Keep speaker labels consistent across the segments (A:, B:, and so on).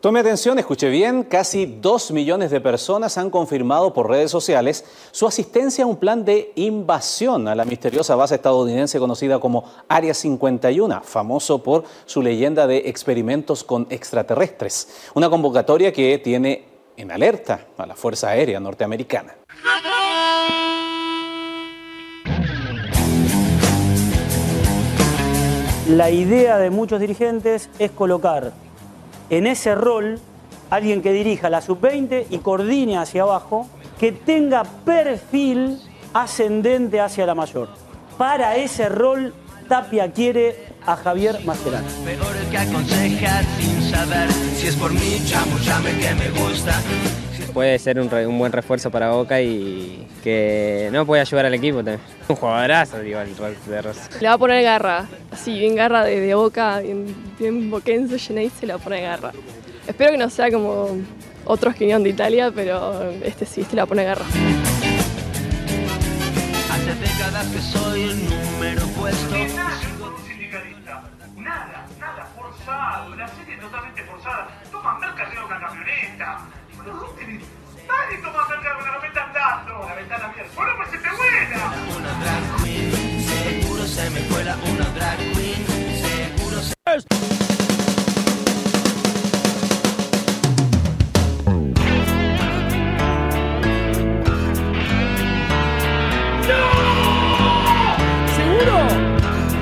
A: Tome atención, escuche bien, casi 2 millones de personas han confirmado por redes sociales su asistencia a un plan de invasión a la misteriosa base estadounidense conocida como Área 51, famoso por su leyenda de experimentos con extraterrestres, una convocatoria que tiene en alerta a la Fuerza Aérea Norteamericana.
B: La idea de muchos dirigentes es colocar en ese rol alguien que dirija la sub-20 y coordine hacia abajo, que tenga perfil ascendente hacia la mayor. Para ese rol, Tapia quiere a Javier Mascherano.
C: Peor que aconseja sin saber si es por mí, chamuchame que me gusta.
D: Puede ser un, re- un buen refuerzo para Boca y que no puede ayudar al equipo también. Un jugadorazo, digo, el Rod de Rosa.
E: Le va a poner garra, así, bien garra de, de boca, bien, bien boquense, se le va a poner garra. Espero que no sea como otros que vinieron de Italia, pero este sí, este le va a poner garra.
C: Hace décadas que soy el número puesto.
F: sindicalista. Nada, nada, forzado. La serie es totalmente forzada. Toma merca arriba de una camioneta. Nadie toma merca arriba de una camioneta andando. La ventana abierta. Bueno, pues se te buena.
C: Una drag queen, seguro se me cuela una drag queen, seguro se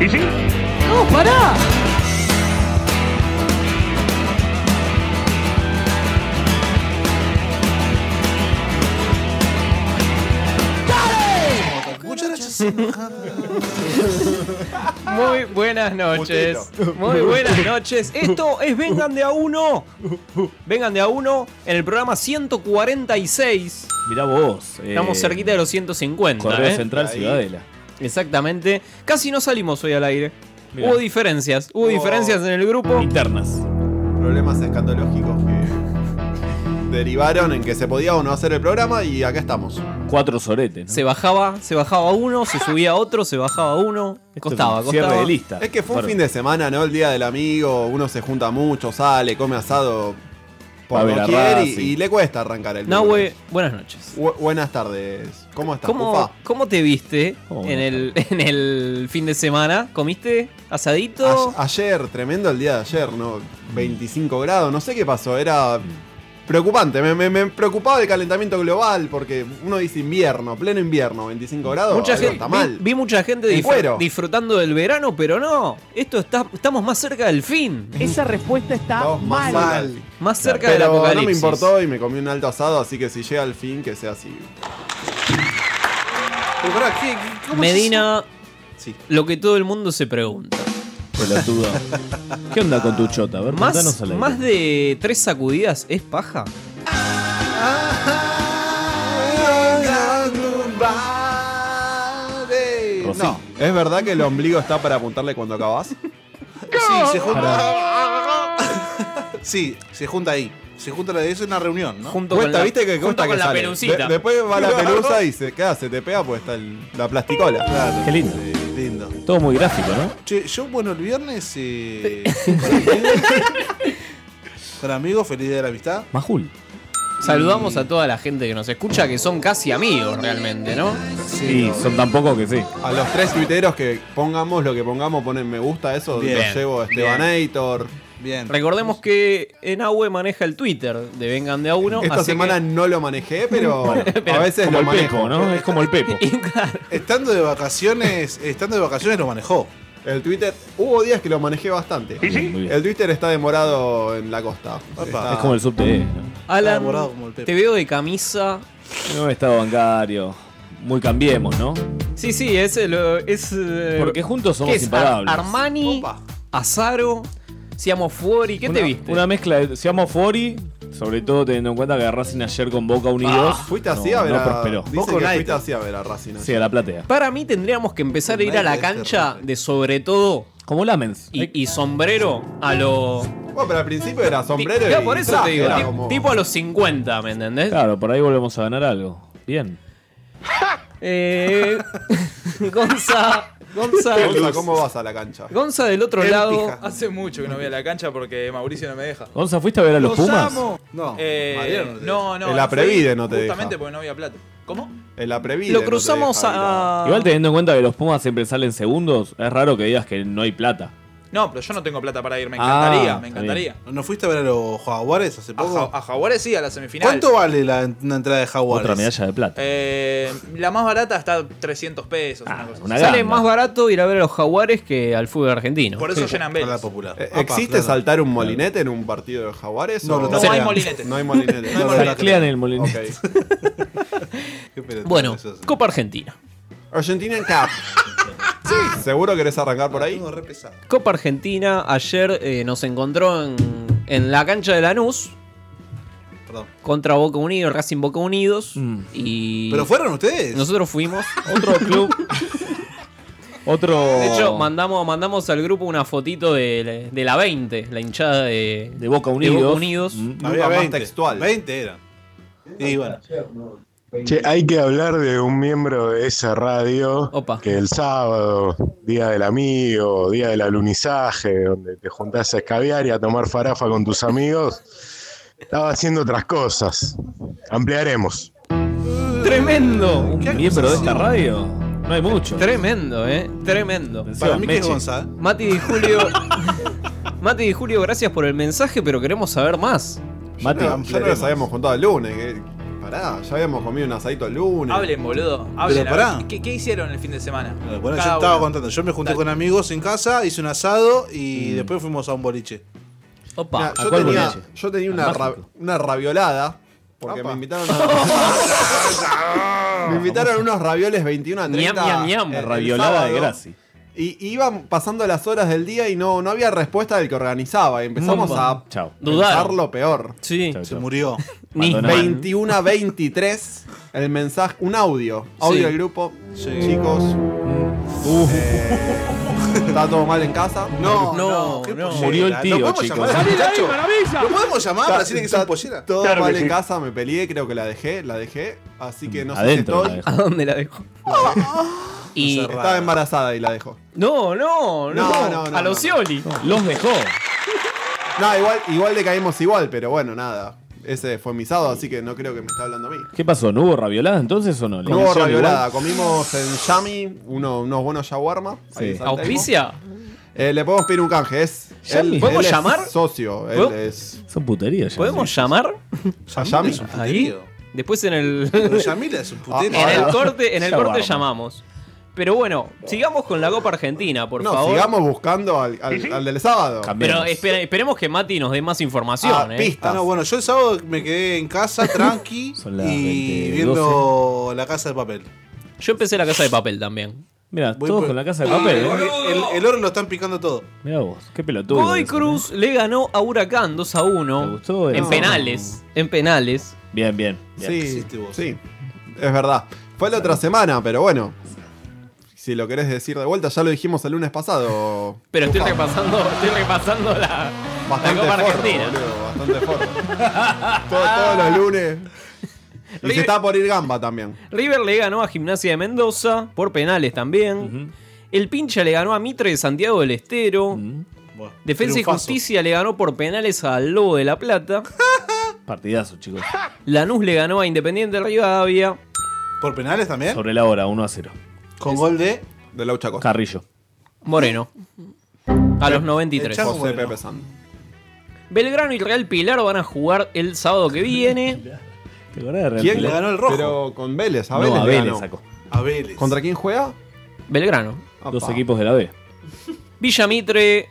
F: ¿Y sí?
D: Muy buenas noches. Muy buenas noches. Esto es Vengan de a uno. Vengan de a uno en el programa 146.
G: Mirá vos. eh,
D: Estamos cerquita de los 150.
G: Correo
D: ¿eh?
G: Central Ciudadela.
D: Exactamente. Casi no salimos hoy al aire.
G: Mirá. Oh.
D: Hubo diferencias. Hubo diferencias en el grupo.
G: Internas.
H: problemas escatológicos que derivaron en que se podía o no hacer el programa y acá estamos.
G: Cuatro soretes. ¿no?
D: Se bajaba, se bajaba uno, se subía otro, se bajaba uno. Costaba,
G: Esto es un Cierre
D: costaba.
G: de lista.
H: Es que fue un
G: Bárbaro.
H: fin de semana, ¿no? El día del amigo, uno se junta mucho, sale, come asado
G: Va a
H: por
G: ver a
H: doquier y,
G: Racing.
H: y le cuesta arrancar el
D: Nahue,
H: lunes.
D: buenas noches.
H: Bu- buenas tardes. ¿Cómo estás,
D: ¿Cómo,
H: Pufa?
D: cómo te viste
G: Oh,
D: en, el, en el fin de semana? ¿Comiste asadito?
H: A- ayer, tremendo el día de ayer, ¿no? 25 grados, no sé qué pasó, era preocupante. Me, me- me preocupaba el calentamiento global porque uno dice invierno, pleno invierno, 25 grados.
D: Mucha
H: algo
D: gente,
H: está
D: vi-
H: mal.
D: Vi, mucha gente
H: En
D: disfr-
H: cuero.
D: disfrutando del verano, pero no. Esto está, estamos más cerca del fin.
I: Esa respuesta está
H: Estamos más
I: mal.
H: mal.
D: Más cerca del
H: Pero
D: apocalipsis.
H: no me importó y me comí un alto asado, así que si llega al fin, que sea así. Pero pará, ¿qué- qué- cómo es
D: Medina,
H: Sí.
D: lo que todo el mundo se pregunta.
G: Pelotudo. ¿Qué onda con tu chota? A ver, contanos
D: ¿Más,
G: al aire.
D: más de tres sacudidas es paja?
H: eso?
G: Rosy.
H: No, ¿es verdad que el ombligo está para apuntarle cuando acabas?
I: Sí, se
G: junta-
I: sí, se junta ahí. Se junta la de eso en una reunión, ¿no?
D: Junto con
H: Cuesta,
D: la,
H: viste que
D: junto
H: cuesta
D: con
H: que
D: la
H: sale.
D: pelucita.
H: De- después va la pelusa y se, ¿qué hace? Te pega pues está el- la plasticola.
I: Claro.
G: Qué lindo.
I: Lindo.
G: Todo muy gráfico, ¿no?
I: Che, yo, bueno, el viernes. eh, con amigos- con amigos, feliz día de la amistad.
G: Majul.
D: Saludamos a toda la gente que nos escucha, que son casi amigos realmente, ¿no?
G: Sí, son tan pocos que sí.
H: A los tres tuiteros que pongamos lo que pongamos, ponen me gusta, eso
I: Bien.
H: lo llevo a Estebanator.
I: Bien.
D: Recordemos que Enahue maneja el Twitter de Vengan de a uno.
H: Esta
D: así
H: semana
D: que-
H: no lo manejé, pero
D: pero
H: a veces
G: Como
H: lo
G: el
H: manejo.
G: Pepo, ¿no? Es como el Pepo.
D: Claro,
I: Estando de vacaciones, estando de vacaciones lo manejó.
H: El Twitter, hubo días que lo manejé bastante.
G: Muy bien.
H: El Twitter está demorado en la costa. Está-
G: Es como el subte. ¿no?
D: Alan,
I: Enamorado como el Pepe.
D: te veo de camisa.
G: Nuevo estado bancario. Muy cambiemos, ¿no?
D: Sí, sí, es. lo- es eh,
G: Porque juntos
D: ¿qué
G: somos
D: es? Ar-
G: imparables.
D: Armani,
I: Opa.
D: Azaro, Siamo Fuori. ¿Qué
G: Una-
D: te viste?
G: Una mezcla de. Seamos Fori, Sobre todo teniendo en cuenta que Racing ayer con Boca Unidos.
H: Ah, fuiste
G: así
H: así a ver
G: No
H: a-
G: prosperó.
H: dicen que fuiste así a ver a Racing
G: Sí,
H: ayer.
G: a la platea.
D: Para mí tendríamos que empezar a ir a la cancha de sobre todo.
G: Como Lamens.
D: Y, y sombrero a lo.
H: Bueno, pero al principio era sombrero
D: Ya,
H: y
D: por eso te
H: traje,
D: digo,
H: era
D: ti-
H: como-
D: tipo a los 50, ¿me entendés?
G: Claro, por ahí volvemos a ganar algo. Bien.
D: Eh, Gonza. Gonza.
H: Gonza, ¿cómo vas a la cancha?
D: Gonza del otro lado.
J: Hace mucho que no voy a la cancha porque Mauricio no me deja.
G: Gonza, ¿fuiste a ver a los Pumas?
J: No,
D: Eh,
H: Mariano no
J: Eh,
H: te
J: no,
H: deja.
J: no.
H: En la Previde
J: previde
H: no te deja.
J: Justamente porque no había plata. ¿Cómo?
H: En la previa.
J: Lo cruzamos a-
G: Igual teniendo en cuenta que los Pumas siempre salen segundos, es raro que digas que no hay plata.
J: No, pero yo no tengo plata para ir. Me
G: Ah,
J: encantaría, me
G: está
J: encantaría.
I: ¿No fuiste a ver a los Jaguares hace
J: A,
I: poco?
J: Ja- a Jaguares sí, a la semifinal.
I: ¿Cuánto vale la, en- una entrada de Jaguares?
G: Otra medalla de plata.
J: Eh, la más barata está 300 pesos. una cosa así.
D: Ah, Sale más barato ir a ver a los jaguares que al fútbol argentino.
J: Por eso llenan Vélez.
H: Eh, ¿Existe saltar un molinete en un partido de Jaguares?
D: No,
H: o-
D: lo No hay tasean. molinete.
H: No hay molinete.
D: No hay molinete. Taclean el molinete.
H: Ok.
D: Bueno, Copa Argentina.
H: Argentinian Cup. sí. ¿Seguro querés arrancar por ahí?
D: Copa Argentina ayer eh, nos encontró en, en la cancha de Lanús. Contra Boca Unidos, Racing Boca Unidos. Y
I: ¿Pero fueron ustedes?
D: Nosotros fuimos.
G: Otro club. Otro.
D: De hecho, mandamos, mandamos al grupo una fotito de, de la 20, la hinchada de,
G: de Boca Mm,
I: Unidos.
D: Unidos.
I: Había 20. 20 eran. Y bueno.
K: Che, hay que hablar de un miembro de esa radio que el sábado, día del amigo, día del alunizaje, donde te juntás a escabiar y a tomar farafa con tus amigos, estaba haciendo otras cosas. Ampliaremos.
D: Tremendo.
G: miembro de esta radio? No hay mucho.
D: Tremendo, eh. Tremendo.
G: Para mí que es Meche. Gonza, eh.
D: Mati y Julio. Mati y Julio, gracias por el mensaje, pero queremos saber más.
H: Ya no- ya no nos habíamos juntado el lunes. que- Pará, ya habíamos comido un asadito el lunes.
J: Hablen, boludo. Hablen.
I: Pero
J: a ver,
I: pará.
J: ¿Qué, qué hicieron el fin de semana?
I: Bueno,
J: Cada
I: yo estaba
J: uno.
I: contando. Yo me junté con amigos en casa, hice un asado
G: Mm.
I: y después fuimos a un boliche.
D: Opa,
H: Mirá, yo, tenía, yo tenía una,
I: Al
H: ra-
I: mágico.
H: una raviolada. Porque me invitaron a. me invitaron unos ravioles 21 a 30.
G: Ñam, ñam, ñam.
H: el- el
G: Raviolada
H: sábado.
G: de Graci.
H: Y iban pasando las horas del día y no, no había respuesta del que organizaba. Y empezamos
G: Bomba.
H: a
G: Chao.
H: pensar lo peor.
D: Sí.
I: Se murió.
H: Ni
I: Abandonado.
H: 21 a 23. El mensaje, un audio. Audio
I: Sí.
H: del grupo. Chicos. eh, está todo mal en casa.
I: No, no, qué pollera.
H: Murió el tío,
I: ¿Lo podemos
H: chicos.
I: llamar al
H: Salí de ahí,
I: muchacho?
H: maravilla.
I: ¿Lo podemos llamar
H: Está-
I: para decirle que es un
H: está
I: pollera?
H: Todo
I: Claro que
H: mal en
I: sí.
H: casa, me peleé, creo que la dejé, la dejé. Así que no
G: Adentro
H: sé si
G: la dejó.
H: estoy.
D: ¿A dónde la dejó? Y-
H: Estaba embarazada y la dejó.
D: No, no, no.
H: No, no, no,
D: a los Scioli.
G: Los dejó.
H: No, igual, igual le caímos igual, pero bueno, nada. Ese fue mi sábado, así que no creo que me está hablando a mí.
G: ¿Qué pasó? ¿No hubo raviolada entonces o no? ¿Le
H: No hubo
G: hicieron
H: raviolada,
G: igual?
H: comimos en Yami uno- unos buenos shawarma. ahí
G: Sí.
H: en Santelmo.
G: ¿Auspicia?
H: Eh, le podemos pedir un canje, es.
G: ¿Yami?
H: él-
G: ¿Podemos
H: él es
G: llamar?
H: socio, él
D: ¿Puedo?
H: es.
G: Son puterías.
D: ¿Podemos llamar?
H: ¿A Ah, Yami?
D: Ahí. Después en el.
I: Pero Yamila es un putero.
D: En el corte, en el
H: Shawarma.
D: corte llamamos. Pero bueno, sigamos con la Copa Argentina, por
H: No,
D: favor.
H: sigamos buscando al, al- al del sábado.
D: Pero espera- esperemos que Mati nos dé más información.
I: Ah,
D: eh.
I: pistas. Ah, no, bueno, yo el sábado me quedé en casa tranqui
D: las
I: y
D: 20,
I: viendo la casa de papel.
D: Yo empecé la casa de papel también.
G: Mira,
I: Voy
G: todos
I: por-
G: con la casa de papel,
I: El,
G: ¿eh?
I: el, el oro lo están picando todo.
G: Mira vos, qué pelotudo. ¿eh?
D: Godoy Cruz le ganó a Huracán 2 a 1. En
G: eso?
D: penales. En penales.
G: Bien, bien.
D: eh.
H: Sí, sí, es verdad. Fue la otra semana, pero bueno. Si lo querés decir de vuelta, ya lo dijimos el lunes pasado.
D: Pero estoy
H: Ufa,
D: repasando, estoy repasando la, la
H: Bastante
D: Copa
H: forro,
D: Argentina.
H: boludo, bastante forro. Todo- todos los lunes. Y se está por ir gamba también.
D: River le ganó a Gimnasia de Mendoza. Por penales también. El Pincha le ganó a Mitre de Santiago del Estero. Defensa y
G: triunfazo.
D: Justicia le ganó por penales al Lobo de la Plata.
G: Partidazo, chicos.
D: Lanús le ganó a Independiente Rivadavia.
I: ¿Por penales también?
G: Sobre la hora, 1 a 0.
I: Con gol de.
H: De Laucha Costa.
G: Carrillo.
D: Moreno. A los 93.
H: José Pepe San.
D: Belgrano y Real Pilar van a jugar el sábado que viene.
G: ¿Te acordás de Real
H: ¿Quién
G: Pilar?
H: le ganó el rojo? Pero con Vélez, a
G: No,
H: Vélez.
G: a
H: le
G: Vélez
H: ganó.
G: sacó.
H: ¿Contra quién juega?
D: Belgrano.
G: Dos equipos de la B.
D: Villa Mitre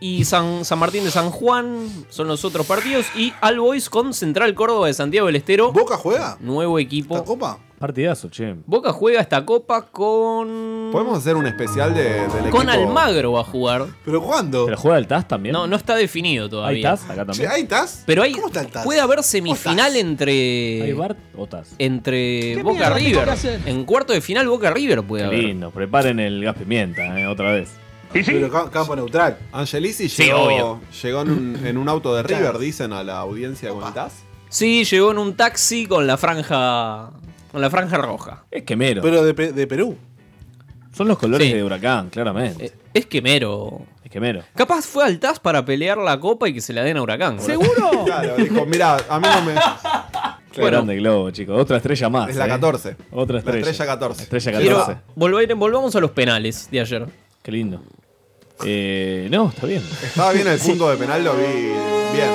D: y San, San Martín de San Juan son los otros partidos. Y All Boys con Central Córdoba de Santiago del Estero. ¿Boca juega? Nuevo equipo. copa?
G: Partidazo, che.
D: Boca juega esta copa con.
H: ¿Podemos hacer un especial de, del
D: Con
H: equipo?
D: Almagro va a jugar.
H: ¿Pero cuándo?
G: ¿Pero juega el TAS también?
D: No, no está definido todavía.
G: ¿Hay TAS acá también?
D: Sí,
G: Che, ¿hay
H: TAS?
D: Pero hay, puede haber semifinal entre.
G: ¿Hay Bart o TAS?
D: Entre
G: ¿Qué
D: Boca
G: mierda tengo
D: River.
G: que hacer?
D: En cuarto de final, Boca River puede
G: Qué
D: haber.
G: lindo, preparen el gas pimienta, eh, otra vez.
H: Pero ca- campo neutral. Angelici
D: Sí,
H: llegó,
D: obvio.
H: llegó en, un, en un auto de
D: Claro.
H: River, dicen a la audiencia con el TAS.
D: Sí, llegó en un taxi con la franja. Con la franja roja.
G: Es quemero.
I: Pero de, Pe- de Perú.
G: Son los colores de Huracán, claramente.
D: Eh, Es quemero.
G: Es quemero.
D: Capaz fue al TAS para pelear la copa y que se la den a Huracán.
G: ¿Seguro?
H: Claro, dijo, mirá, a mí no me.
G: Qué grande globo, chicos. Otra estrella más.
H: Es la
G: eh.
H: 14.
G: Otra estrella.
H: La estrella 14.
G: Estrella
D: Quiero-
G: 14.
D: volver- volvamos a los penales de ayer.
G: Qué lindo. Eh, no, está bien.
H: Estaba bien el punto de penal, lo vi bien.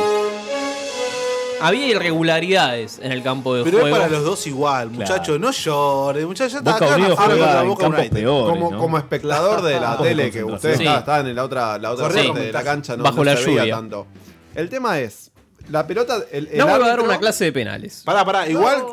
D: Había irregularidades en el campo de
I: Pero es
D: juego.
I: para los dos igual, muchachos. No llores, muchachos. Ya está
D: Boca
I: acá,
D: Unidos
I: Rafa,
D: juega
I: contra
D: en
I: Boca
D: campos
I: United.
D: peores,
H: Como, como espectador de la
I: Campo de
H: tele que usted
I: concentración.
H: está,
I: Sí.
H: está en la otra, la otra
I: Correcto.
H: parte de la cancha, no,
D: Bajo
H: no
D: la
H: se veía
D: lluvia.
H: tanto. El tema es, la pelota... El, el
D: No vuelvo a dar
H: árbitro-
D: una clase de penales.
I: Pará, pará. Igual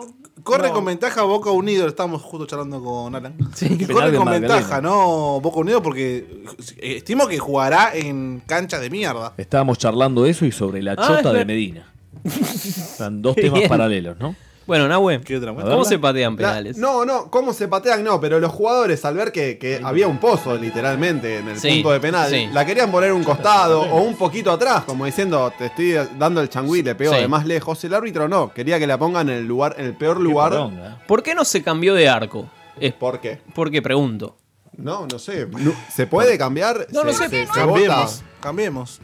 I: corre
H: No.
I: con ventaja Boca Unido. Estamos justo charlando con Alan. Que
G: Penal
I: corre
G: de
I: con
G: Magdalena.
I: ventaja, ¿no? Boca Unido porque estimo que jugará en canchas de mierda.
G: Estábamos charlando eso y sobre la
I: Ah,
G: chota
I: espera.
G: de Medina. Están dos temas
H: Bien.
G: paralelos, ¿no?
D: Bueno, Nahue, ¿cómo se patean
H: La-
D: penales?
H: no, no, cómo se patean, no, pero los jugadores al ver que, que había un pozo literalmente en el
D: Sí,
H: punto de penal,
D: sí.
H: la querían poner un costado o un poquito atrás, como diciendo, te estoy dando el changüí, le pego
D: Sí.
H: de más lejos. El árbitro no, quería que la pongan en el lugar, en el peor lugar.
D: ¿Por qué no se cambió de arco? Es
H: ¿Por qué?
D: Porque pregunto.
H: No, no sé. ¿Se puede cambiar?
D: No, no sé.
H: Se- se- se
I: Cambiemos.
H: vota.
I: Ah, Cambiemos.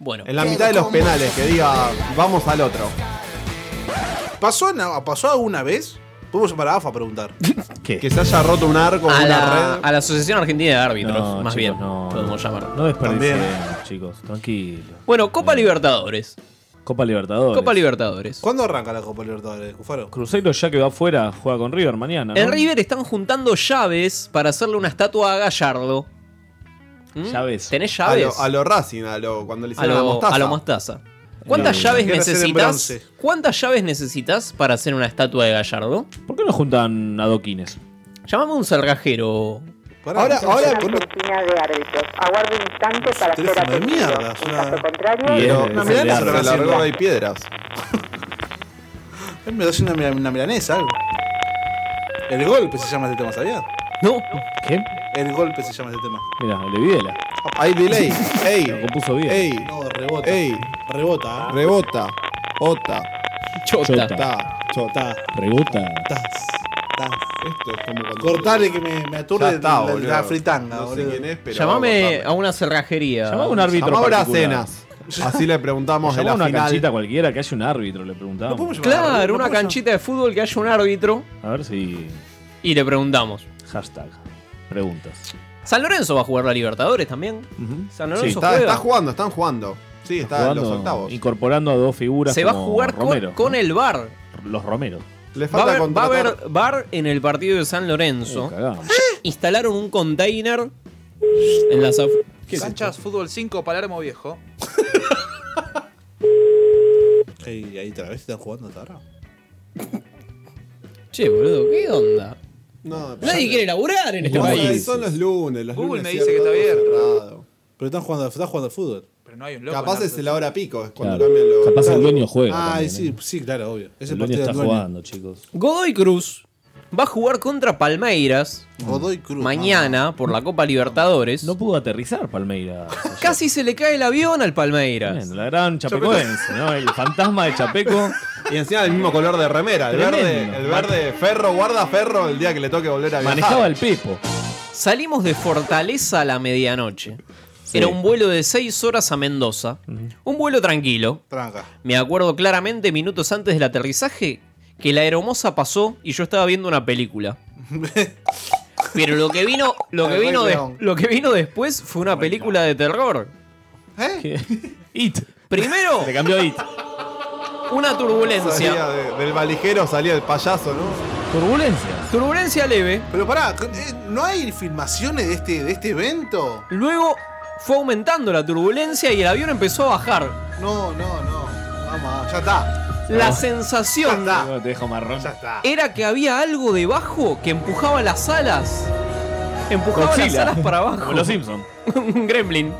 D: Bueno.
H: En la mitad de los penales, que diga, vamos al otro.
I: ¿Pasó, na- ¿Pasó alguna vez? Podemos llamar a AFA a preguntar.
H: Que se haya roto un arco,
D: A
H: una
D: la,
H: red.
D: a la Asociación Argentina de Árbitros,
G: No,
D: más
G: chicos,
D: bien,
G: no,
D: podemos llamar.
G: No desperdicemos, chicos. Tranquilo.
D: Bueno, Copa Libertadores.
G: Copa Libertadores.
D: Copa Libertadores.
I: ¿Cuándo arranca la Copa Libertadores, Cufaro?
G: Cruzeiro ya que va afuera, juega con River mañana. ¿no?
D: En River están juntando llaves para hacerle una estatua a Gallardo. ¿Mm?
G: Llaves.
D: ¿Tenés
H: A
D: llaves?
H: lo, a lo Racing, a lo, cuando le
D: A
H: hicieron
D: lo,
H: la mostaza.
D: a lo mostaza. ¿Cuántas
H: Eh,
D: llaves
H: quiero hacer en
D: necesitas?
H: bronce.
D: ¿Cuántas llaves necesitas para hacer una estatua de Gallardo?
G: ¿Por qué no juntan adoquines?
D: Llamame a un cerrajero.
H: Ahora, ahora,
L: Argentina de árbitros. Aguarde un instante para ser
I: Teléfono de
L: atendido.
I: mierda.
L: En caso contrario,
H: Pero,
I: Pero,
H: no,
I: no,
H: mirá,
I: mirá,
H: se
I: no se
H: la
I: lo
H: largó,
I: hacen.
H: hay piedras.
I: Él me da una, mira- una milanesa, algo. El golpe se llama este tema, ¿sabías?
D: No.
G: ¿Qué?
I: El golpe se llama este tema.
G: Mirá, el de Videla.
H: Hay delay. Ey.
G: Lo compuso bien.
H: Ey.
I: No, rebota.
H: Ey.
I: Rebota. ¿eh?
H: Rebota. Ota.
G: Chota.
H: Ta. Chota.
G: Rebota.
H: Esto es como cuando.
I: Cortale que me, me aturde
H: Ya está,
I: la, la
H: boludo.
I: fritanga,
H: No sé
I: boludo.
H: quién es, pero-
D: Llamame a una cerrajería.
G: Llamá a un árbitro
H: Llamá ahora a
G: particular.
H: Cenas. Así le preguntamos de
G: Llamá a
H: la
G: una canchita
H: final.
G: cualquiera que haya un árbitro, le preguntamos.
D: Claro, una canchita de fútbol que haya un árbitro
G: A ver si.
D: y le preguntamos.
G: Hashtag. Preguntas.
D: San Lorenzo va a jugar la Libertadores también. San Lorenzo
G: Sí,
H: Está,
D: juega.
H: está jugando, están jugando. Sí, está en los
G: Jugando-
H: octavos.
G: Incorporando a dos figuras.
D: Se va a
G: como
D: jugar con,
G: Romero,
D: con
G: ¿no?
D: el VAR.
G: Los Romero.
H: Le
D: Va a,
H: falta
D: haber, va a
H: contratar.
D: haber VAR en el partido de San Lorenzo. Instalaron un container en las af-
J: Canchas Fútbol 5, Palermo Viejo.
I: Ey, ahí te la ves, están jugando hasta ahora.
D: Che, boludo, ¿qué onda?
H: No,
D: Nadie quiere laburar en este
I: Bueno,
D: país.
H: Son los lunes. Los
J: Google
H: lunes
J: me dice que está
H: cierto,
J: abierto.
H: cerrado.
I: Pero están jugando, están jugando al fútbol.
J: Pero no hay un loco.
H: Capaz
J: en la-
H: es la hora pico, es cuando
G: Claro.
H: cambian los.
G: Capaz el dueño juega.
I: Ah,
G: también,
I: sí,
G: ¿eh?
I: sí, claro, obvio. Ese
G: El dueño
I: partido
G: está
I: del dueño.
G: jugando, chicos.
D: Godoy Cruz va a jugar contra Palmeiras
I: Godoy Cruz.
D: mañana por la Copa Libertadores.
G: No pudo aterrizar Palmeiras.
D: Casi se le cae el avión al Palmeiras.
G: Tremendo, la gran chapecoense, ¿no? El fantasma de Chapeco.
H: Y encima del mismo color de remera, el
G: Tremendo.
H: verde, el verde ferro, guarda ferro el día que le toque volver a viajar.
G: Manejaba el Pepo.
D: Salimos de Fortaleza a la medianoche. Era un vuelo de 6 horas a Mendoza. Un vuelo tranquilo.
I: Tranca.
D: Me acuerdo claramente, minutos antes del aterrizaje, que la aeromoza pasó y yo estaba viendo una película. Pero lo que vino, lo que
I: El Rey
D: vino, de-
I: León.
D: lo que vino después fue una película de terror.
I: ¿Eh?
G: It.
D: Primero,
G: Le cambió a It.
D: una
H: Salía
D: turbulencia.
H: de- del valijero salía el payaso, ¿no?
G: Turbulencia.
D: Turbulencia leve.
H: eh,
I: Pero pará, ¿no hay filmaciones de este, de este evento?
D: Luego, fue aumentando la turbulencia y el avión empezó a bajar.
H: No, no, no. Vamos, ya está.
G: Ah.
D: La sensación
H: Ah.
G: Te dejo marrón.
D: era que había algo debajo que empujaba las alas. Empujaba
G: Godzilla.
D: las alas para abajo.
G: Como los Simpson.
D: Un gremlin.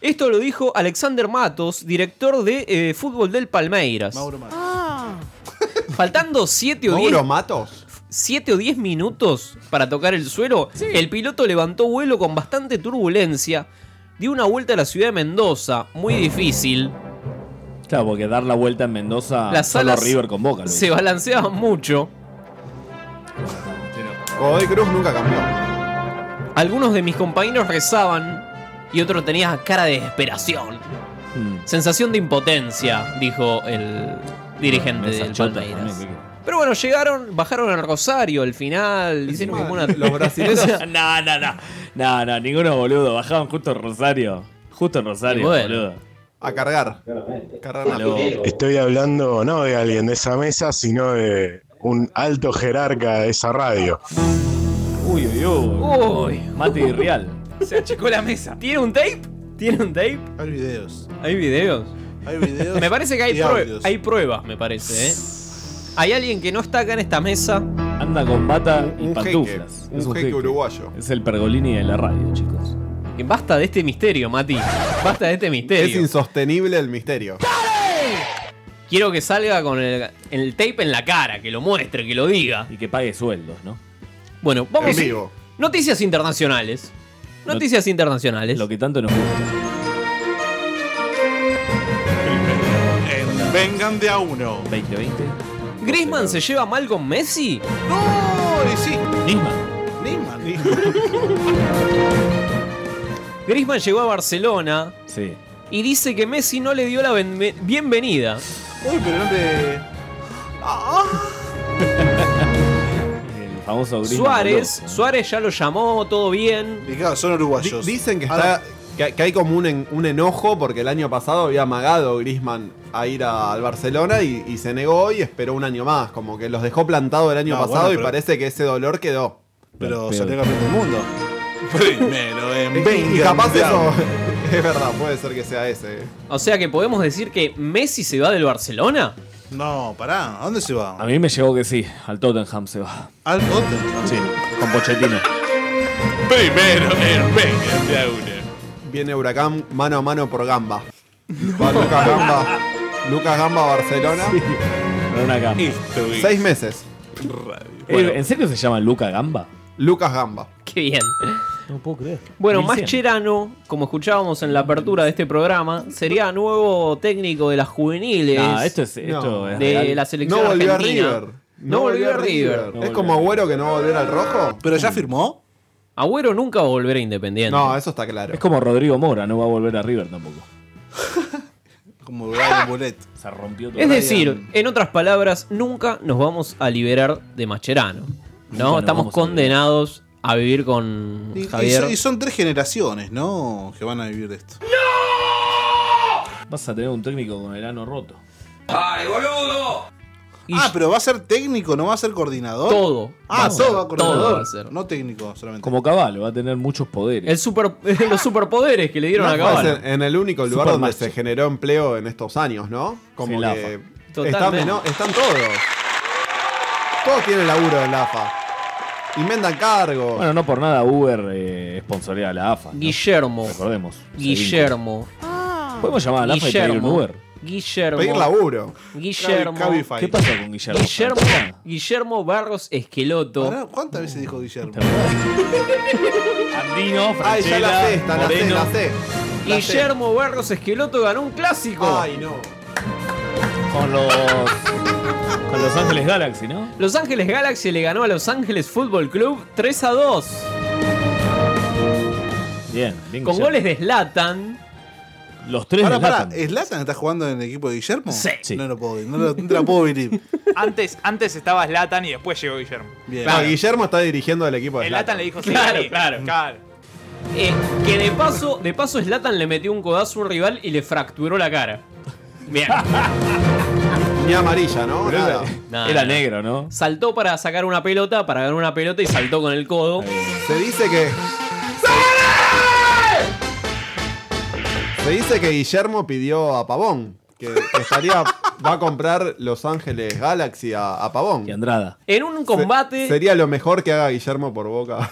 D: Esto lo dijo Alexander Matos, director de eh, fútbol del Palmeiras. Faltando 7 o 10
H: ¿Mauro Matos?
D: 7 o 10 minutos para tocar el suelo, el piloto levantó vuelo con bastante turbulencia, dio una vuelta a la ciudad de Mendoza, muy difícil.
G: Claro, porque dar la vuelta en Mendoza
D: Las
G: solo
D: alas
G: River con Boca. lo
D: Se
G: hizo.
D: balanceaban mucho.
H: Godoy Cruz nunca cambió.
D: Algunos de mis compañeros rezaban y otro tenía cara de desesperación.
G: Mm.
D: Sensación de impotencia, dijo el dirigente
G: Esas
D: del
G: chotas
D: Palmeiras.
G: también,
D: Pero bueno, llegaron, bajaron al Rosario al final. Hicieron como una.
G: Los brasileños. no, no, no. No, no, ninguno boludo. Bajaban justo en Rosario. Justo en Rosario,
D: Y bueno.
G: boludo.
H: A cargar. Cargar la
G: Aló.
K: Estoy hablando no de alguien de esa mesa, sino de un alto jerarca de esa radio.
G: Uy, uy, uy.
D: Uy.
G: Mate y Real.
D: Se achicó la mesa. ¿Tiene un tape? ¿Tiene un tape?
I: Hay videos.
D: ¿Hay videos?
I: Hay videos.
D: Me parece que hay,
I: y
D: prue-
I: audios.
D: hay pruebas, me parece. ¿eh? Hay alguien que no está acá en esta mesa.
G: Anda con bata y
D: Un jeque,
G: pantuflas.
D: un jeque
H: uruguayo.
G: Es el pergolini de la radio, chicos.
D: Que Basta de este misterio, Mati. Basta de este
H: Es
D: misterio.
H: insostenible el misterio.
D: Quiero que salga con el, el tape en la cara, que lo muestre, que lo diga.
G: Y que pague sueldos, ¿no?
D: Bueno, vamos.
G: En vivo.
D: Noticias internacionales. Noticias internacionales. Lo
G: que tanto nos gusta.
I: Vengan de a uno.
G: 2020.
D: ¿Griezmann se lleva mal con Messi?
I: ¡No! Y sí.
G: Nisman.
I: Nisman.
D: Griezmann llegó a Barcelona
G: Sí.
D: y dice que Messi no le dio la ben- bienvenida.
I: Uy, pero no te.
G: El famoso Griezmann.
D: Suárez, Suárez ya lo llamó, todo bien.
I: "Ah, son uruguayos.
H: Di- dicen que, está, que, que hay como un, en- un enojo porque el año pasado había amagado Grisman a ir a- al Barcelona y, y se negó y esperó un año más. Como que los dejó plantado el año
I: No,
H: pasado
I: bueno,
H: y
I: pero-
H: parece que ese dolor quedó.
I: Pero salió campeón del mundo. Primero en
H: Y, y
I: Vengan
H: capaz
I: de a
H: eso.
I: uno.
H: es verdad, puede ser que sea ese.
D: O sea que podemos decir que Messi se va del Barcelona.
I: No, pará. ¿A dónde se va?
G: A mí me llegó que sí. Al Tottenham se va.
I: Al Tottenham.
G: Sí, con Pochettino.
I: Primero en Vengan de a uno.
H: Viene Huracán mano a mano por Gamba. Va Lucas Gamba. Lucas Gamba a Barcelona.
G: Con una gamba.
H: Seis meses.
G: Eh, ¿En serio se llama Luca Gamba?
H: Lucas Gamba.
D: Qué bien.
G: No puedo creer.
D: Bueno,
G: 1100.
D: Mascherano, como escuchábamos en la apertura de este programa, sería nuevo técnico de las juveniles.
G: Nah, Ah, esto es- esto No. es
D: de
G: real.
D: la selección
H: No volvió a
D: argentina.
H: River.
D: No, volvió a River.
H: ¿Es como Agüero que no va a volver al rojo? Mm.
I: ¿Pero ya firmó?
D: Agüero nunca va a volver a Independiente.
H: No, eso está claro.
G: Es como Rodrigo Mora, no va a volver a River tampoco.
I: Como
D: ¡Ah!
I: Brian Bolet.
G: Se rompió todo.
D: es decir, en otras palabras, nunca nos vamos a liberar de Mascherano. No,
I: nos
D: estamos
I: vamos a
D: condenados a vivir con
I: Y, y
D: Javier.
I: son- y son tres generaciones, ¿no? Que van a vivir de esto.
G: Vas a tener un técnico con el ano roto.
I: ¡Ay, boludo! ah, pero va a ser técnico, no va a ser coordinador.
D: Todo.
I: Ah,
D: Va a
I: todo
D: ser,
I: va a coordinador.
D: todo va a ser.
I: No técnico solamente.
G: Como Caballo, va a tener muchos poderes.
D: El super, los superpoderes que le dieron a
H: No,
D: Cavani.
H: es en, en el único lugar
D: Super
H: donde
D: macho.
H: se generó empleo en estos años, ¿no? Como
G: Sí, la
H: que
G: AFA.
H: están,
G: Totalmente.
H: no, están todos. Todos tienen laburo en la AFA. Inventan cargos.
G: Bueno, no por nada Uber eh, sponsorea a la AFA. ¿no?
D: Guillermo.
G: Recordemos.
D: Guillermo.
G: Podemos llamar a la AFA Ah, y pedir un
D: Guillermo.
G: Uber.
D: Guillermo.
H: Pedir laburo.
D: Guillermo.
I: Cabi- Cabify.
G: ¿Qué pasa con Guillermo?
D: Guillermo, Guillermo Barros Esqueloto.
I: Pará, ¿Cuántas veces dijo Guillermo?
D: Ah,
G: Andino,
I: Ay, ya la sé, esta, la sé,
G: Moreno.
I: la sé. La sé.
D: Guillermo Barros Esqueloto ganó un clásico.
I: Ay, no.
G: Con los. Con Los Ángeles Galaxy, ¿no?
D: Los Ángeles Galaxy le ganó a Los Ángeles Fútbol Club 3 a 2.
G: Bien, bien.
D: Con
G: Guillermo.
D: goles de Slatan.
G: Los tres
I: Pará,
G: de
I: pará,
G: Latam.
I: ¿Slatan está jugando en el equipo de Guillermo?
G: Sí. Sí.
I: No lo puedo ver, no, lo- no te la puedo venir.
J: Antes, antes estaba Zlatan y después llegó Guillermo.
I: Bien.
H: No, Guillermo está dirigiendo el equipo
I: Pues
H: de
J: El Zlatan
H: Zlatan.
J: le dijo sí,
D: Claro,
J: sí,
D: claro.
J: claro.
D: Eh, que de paso, de paso Slatan le metió un codazo a un rival y le fracturó la cara. Bien.
H: Ni amarilla, ¿no?
G: Pero
H: Nada.
D: Nada.
G: Era negro, ¿no?
D: Saltó para sacar una pelota, para ganar una pelota y saltó con el codo.
H: Se dice que. Se dice que Guillermo pidió a Pavón. Que, que estaría. Va a comprar Los Ángeles Galaxy a, a Pavón. Y
G: Andrada.
D: En un combate.
H: sería lo mejor que haga Guillermo por boca.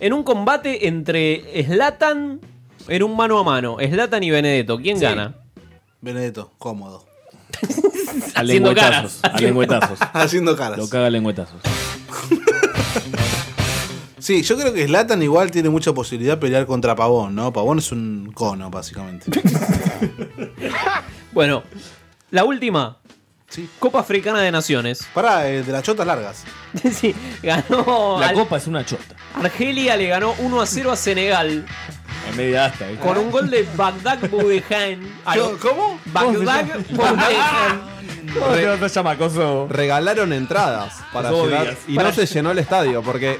D: En un combate entre Slatan. En un mano a mano. Slatan y Benedetto. ¿Quién
I: Sí.
D: gana?
I: Benedetto, cómodo.
G: A lengüetazos. A lengüetazos.
I: Haciendo caras.
G: Lo caga a lengüetazos.
I: Sí, yo creo que Slatan igual tiene mucha posibilidad de pelear contra Pavón, ¿no? Pavón es un cono, básicamente.
D: Bueno, la última. Copa Africana de Naciones.
I: Pará,
H: eh,
I: de las chotas largas.
D: sí, ganó.
G: La
D: Al-
G: copa es una chota.
D: Argelia le ganó 1 a 0 a Senegal.
G: En media asta, ¿viste?
D: Con un gol de Bagdad Boudéhan.
H: Ah, ¿Cómo?
D: Bagdad Boudéhan.
H: ¿Cómo te
G: vas a llamar, Coso?
H: Regalaron entradas para
G: Coso
H: llenar-
G: Díaz.
H: y
G: Para-
H: no se llenó el estadio porque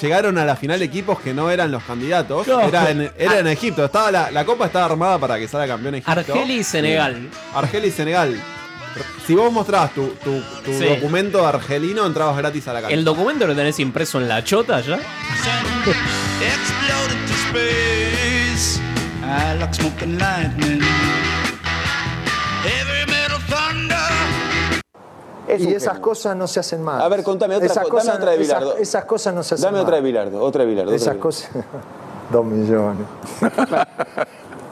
H: llegaron a la final equipos que no eran los candidatos. Era en, era en Egipto. Estaba la, la copa estaba armada para que salga campeón Egipto.
D: Argelia y Senegal.
H: Argelia y Senegal. Si vos mostrabas tu, tu- tu
D: Sí.
H: documento argelino, entrabas gratis a la cancha.
D: ¿El documento lo tenés impreso en la chota ya?
C: Exploded to space. I like smoke and lightning. Heavy metal thunder.
M: y esas cosas no se hacen más.
N: A ver, contame otra,
M: Esas
N: co-
M: cosas-
N: dame otra de
M: esas-
N: Bilardo.
M: Esas, cosas no se hacen
N: Dame
M: más.
N: otra de Bilardo, otra de Bilardo. otra
M: Esas
N: de Bilardo.
M: cosas. Dos millones.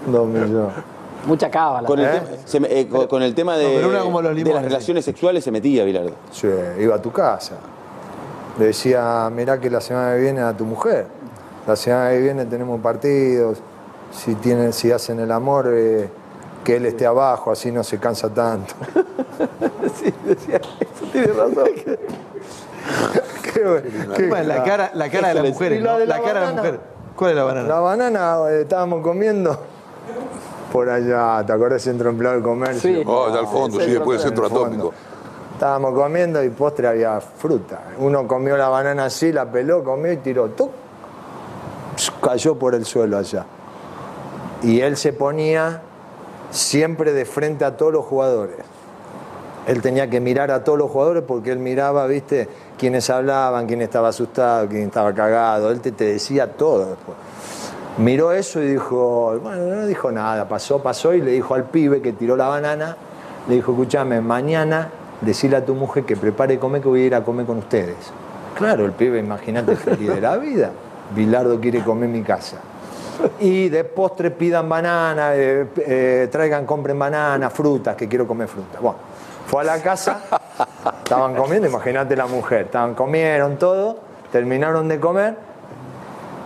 M: Dos millones.
O: Mucha cábala.
N: Con el, tema, se me- eh, con- con el tema de,
M: No, pero una como los
N: de
M: limones,
N: las relaciones sexuales se metía Bilardo.
M: Sí, iba a tu casa. Le decía, mirá que la semana que viene a tu mujer. La semana que viene tenemos partidos. Si, tienen, si hacen el amor, eh, que él esté abajo, así no se cansa tanto.
P: Tienes razón.
M: Qué bueno, qué-
P: Bueno, la cara- la cara de las
M: Excelente.
P: mujeres,
M: Y lo
P: ¿no?
M: de
P: La cara de la
M: banana.
P: mujer. ¿Cuál es la banana?
M: La banana eh, estábamos comiendo por allá, ¿te acordás? Centro Empleado del Comercio.
Q: Sí. Oh, allá al fondo, sí, después del centro
M: En el fondo.
Q: atómico.
M: Estábamos comiendo y postre había fruta. Uno comió la banana así, la peló, comió y tiró. ¡tuc! Pss, Cayó por el suelo allá. Y él se ponía siempre de frente a todos los jugadores. Él tenía que mirar a todos los jugadores porque él miraba, viste, quiénes hablaban, quién estaba asustado, quién estaba cagado. Él te, te decía todo después. Miró eso y dijo, bueno, no dijo nada, pasó, pasó y le dijo al pibe que tiró la banana, le dijo, escúchame, mañana decirle a tu mujer que prepare comer que voy a ir a comer con ustedes. Claro, el pibe, imagínate, feliz de la vida. Bilardo quiere comer en mi casa. Y de postre pidan banana, eh, eh, traigan, compren banana, frutas, que quiero comer frutas. Bueno, fue a la casa, estaban comiendo, imagínate la mujer, estaban, comieron todo, terminaron de comer,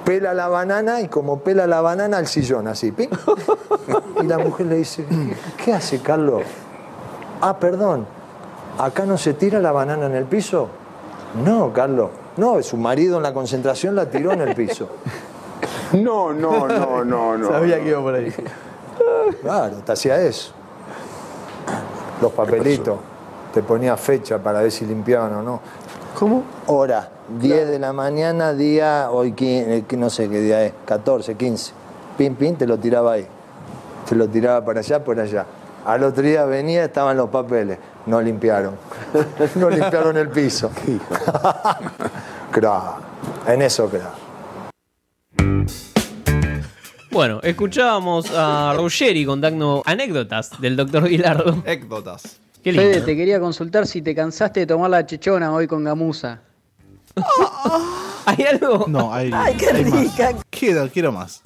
M: pela la banana y como pela la banana al sillón, así, ¡pim! Y la mujer le dice, ¿qué hace Carlos? Ah, perdón, ¿acá no se tira la banana en el piso? No, Carlos, no, su marido en la concentración la tiró en el piso.
Q: No, no, no, no, no.
M: Sabía
Q: no.
M: que iba por ahí. Claro, te hacía eso. Los papelitos. Te ponía fecha para ver si limpiaban o no. ¿Cómo? Hora. 10 de la mañana, día, hoy quin- eh, que no sé qué día es, 14, 15. Pin, pin, te lo tiraba ahí. Te lo tiraba para allá, por allá. Al otro día venía, estaban los papeles. No limpiaron. no limpiaron el piso. Cra. En eso, cra.
D: Bueno, escuchábamos a Ruggeri contando anécdotas del doctor Bilardo. Anécdotas. Qué
O: Fede,
D: lindo.
O: te quería consultar si te cansaste de tomar la chichona hoy con gamuza.
D: ¿Hay algo?
I: No, hay.
O: Ay, qué
I: hay más. Quiero, quiero más.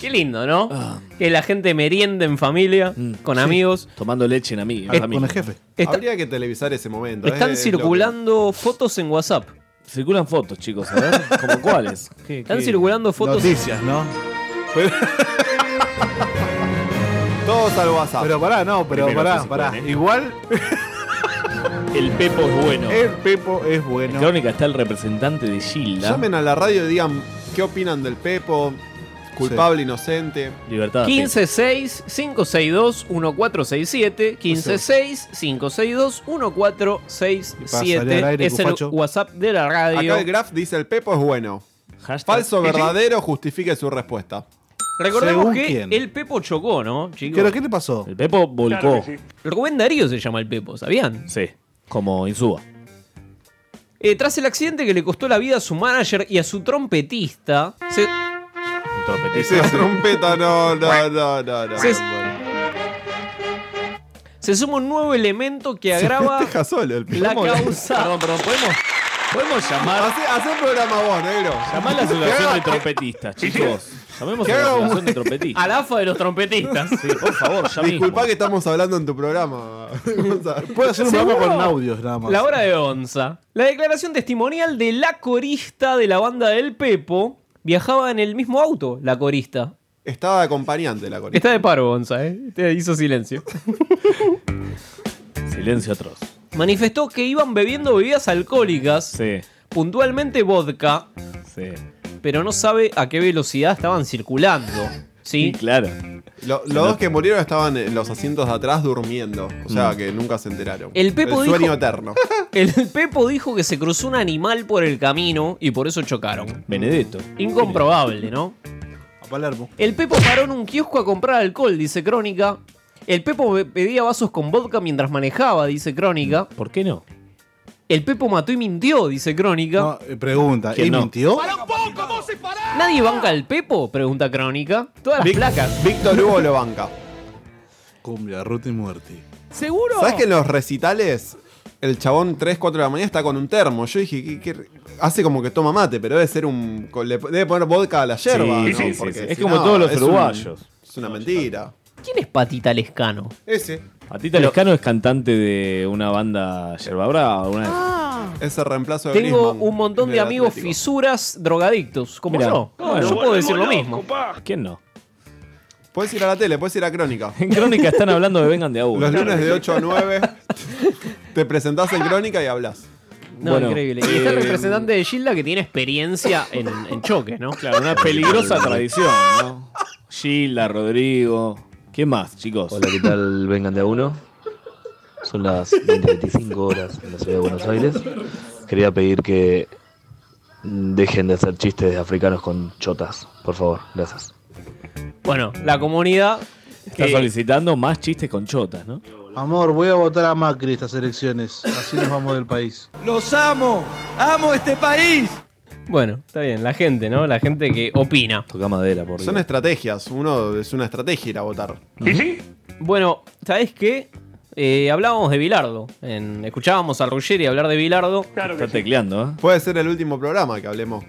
D: Qué lindo, ¿no?
H: Ah.
D: Que la gente meriende en familia,
H: Mm,
D: con amigos.
G: Tomando leche en amigos.
D: Es- Eh, con el jefe. Está-
H: Habría que televisar ese momento.
D: Están
H: eh,
D: circulando fotos en WhatsApp.
G: Circulan fotos, chicos, a ver. ¿Como cuáles? ¿Qué-
D: Están
G: qué?
D: circulando fotos.
I: Noticias, ¿no?
H: Todos al WhatsApp.
I: Pero pará, no, pero
G: Primero
I: pará,
G: que se
I: pará.
G: pueden, ¿eh?
I: Igual
G: El Pepo es bueno.
I: el Pepo es bueno.
G: En Crónica está el representante de Gilda.
H: Llamen a la radio y digan qué opinan del Pepo, culpable, inocente.
G: Libertad.
D: 156-562-1467.
H: Y pásale al
D: 156-562-1467.
H: aire,
D: Es el
H: Cupacho.
D: WhatsApp de la radio.
H: Acá el graph dice el Pepo es bueno. Falso,
D: Sí, sí.
H: verdadero, justifique su respuesta.
D: Recordemos
H: Según
D: que
H: quién.
D: el Pepo chocó, ¿no, chicos?
I: ¿Pero qué le pasó?
G: El Pepo volcó.
D: Claro que sí. Rubén Darío se llama el Pepo, ¿sabían?
G: Sí, como Insúa.
D: Eh, tras el accidente que le costó la vida a su manager y a su trompetista, se,
H: Esa
G: trompetista.
H: trompeta, no, no, no, no. no.
D: Se- Se suma un nuevo elemento que
H: Se
D: agrava
H: festeja solo el
D: la
H: pibe.
D: causa.
G: Perdón, perdón, podemos. Podemos llamar.
H: Hacé, hacé un programa vos, negro.
G: Llamá a la
H: Que
G: asociación
H: haga-
G: de trompetistas, chicos. Llamemos
H: ¿Qué
G: a la
H: hago?
G: asociación de trompetistas. Al AFA de los trompetistas. Sí, por favor, ya
H: Disculpa
G: mismo.
H: que estamos hablando en tu programa. Gonzalo.
I: Puede hacer un
D: Seguro.
I: programa con audios nada más.
D: La hora de onza. La declaración testimonial de la corista de la banda del Pepo viajaba en el mismo auto, la corista.
H: Estaba acompañante la corista.
D: Está de paro, Bonza, ¿eh? Te hizo silencio.
G: Silencio atroz.
D: Manifestó que iban bebiendo bebidas alcohólicas, puntualmente vodka,
G: Sí.
D: pero no sabe a qué velocidad estaban circulando. ¿Sí?
G: claro.
H: Lo- los dos que murieron estaban en los asientos de atrás durmiendo. O sea
G: Mm.
H: que nunca se enteraron.
D: El Pepo
H: sueño
D: dijo-
H: eterno.
D: El Pepo dijo que se cruzó un animal por el camino y por eso chocaron.
G: Benedetto.
D: Incomprobable, ¿no?
I: A Palermo.
D: El Pepo paró en un kiosco a comprar alcohol, dice Crónica. El Pepo be- pedía vasos con vodka mientras manejaba, dice Crónica.
G: ¿Por qué no?
D: El Pepo mató y mintió, dice Crónica.
I: Eh, Pregunta, ¿y mintió?
D: ¿Nadie banca al Pepo? Pregunta Crónica. Todas las
H: Vic-
D: placas.
H: Víctor Hugo lo banca.
I: Cumbia, ruta y muerte.
D: ¿Seguro?
H: ¿Sabes que en los recitales el chabón 3, 4 de la mañana está con un termo? Yo dije, ¿qué- qué- hace como que toma mate, pero debe ser un. con- le- debe poner vodka a la yerba.
G: Sí,
H: ¿no?
G: sí, sí,
H: Porque
G: sí. Es
H: si
G: como
H: no,
G: todos los
H: es un-
G: uruguayos.
H: es una mentira.
D: ¿Quién es Patita Lescano?
H: Ese.
G: Patita Lescano es cantante de una banda yerba brava. Una
D: Ah,
H: Ese reemplazo de
D: Tengo
H: Griezmann
D: un montón
H: en
D: de
H: el
D: amigos
H: Atlético.
D: fisuras drogadictos, como
G: Mirá.
D: yo.
G: Bueno,
D: yo puedo
G: volvemos
D: decir lo
G: locos,
D: mismo.
G: ¿Quién no?
H: Puedes ir a la tele, puedes ir a Crónica.
G: En Crónica están hablando de Vengan de a uno.
H: Los lunes de 8 a 9 te presentás en Crónica y hablas.
D: No,
G: Bueno,
D: increíble. Y está el
G: eh,
D: representante de Gilda que tiene experiencia en, en choques, ¿no?
G: Claro, una peligrosa tradición, ¿no? Gilda, Rodrigo. ¿Quién más, chicos?
R: Hola, ¿qué tal? Vengan de a uno. Son las 20.25 horas en la ciudad de Buenos Aires. Quería pedir que dejen de hacer chistes de africanos con chotas, por favor. Gracias.
D: Bueno, la comunidad.
G: Está
D: que-
G: solicitando más chistes con chotas, ¿no?
I: Amor, voy a votar a Macri estas elecciones. Así nos vamos del país.
D: Los amo, amo este país. Bueno, está bien, la gente, ¿no? La gente que opina.
G: Toca madera, por
H: Son estrategias. Uno es una estrategia ir a votar.
D: Bueno, ¿sabés qué? Eh, hablábamos de Bilardo. en- escuchábamos a Ruggeri hablar de Bilardo.
G: Está tecleando, ¿eh?
H: Puede ser el último programa que hablemos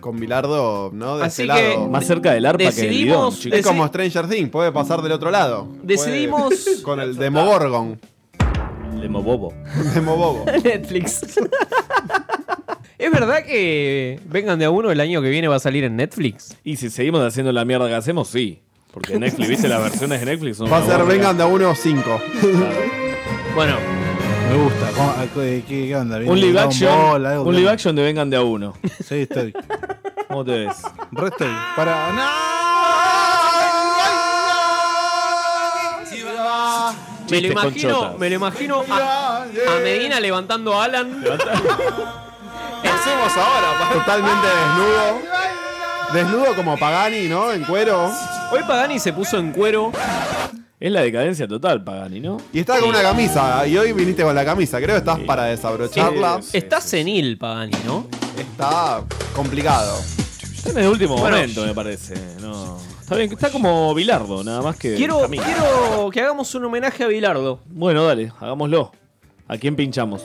H: con Bilardo, ¿no? De
D: Así
H: ese
D: que
H: lado.
G: Más cerca del arpa que del
D: decidimos-
G: bidón,
D: deci-
G: chicos.
H: Es como Stranger Things, puede pasar del otro lado.
D: Decidimos-
H: Puede- con el Demogorgon.
G: Demobobo.
H: Demobobo.
D: Netflix. ¿Es verdad que vengan de a uno el año que viene va a salir en Netflix?
G: Y si seguimos haciendo la mierda que hacemos, sí. Porque Netflix, viste, las versiones de Netflix son.
H: Va a
G: una
H: ser
G: bórbida.
H: Vengan de a uno 5.
D: Bueno,
I: Me gusta. ¿Cómo- a- ¿Qué, qué onda? ¿Viene
G: Un live
I: Dragon Ball,
G: action.
I: algo
G: Un
I: que-
G: live action de Vengan de a uno.
I: Sí, estoy.
G: ¿Cómo te ves?
I: Re estoy. Para.
D: me lo
G: Chistes con
D: imagino,
G: chotas.
D: me lo imagino a, a Medina levantando a Alan.
H: Hacemos ahora, Totalmente desnudo. Desnudo como Pagani, ¿no? En cuero.
D: Hoy Pagani se puso en cuero.
G: Es la decadencia total, Pagani, ¿no?
H: Y estaba con una camisa. Y hoy viniste con la camisa. Creo que estás para desabrocharla.
D: Está senil Pagani, ¿no?
H: Está complicado.
G: Está en el último
D: Bueno.
G: momento, me parece. No. Está bien, está como Bilardo, nada más que.
D: Quiero,
G: camina.
D: quiero que hagamos un homenaje a Bilardo.
G: Bueno, dale, hagámoslo. ¿A quién pinchamos?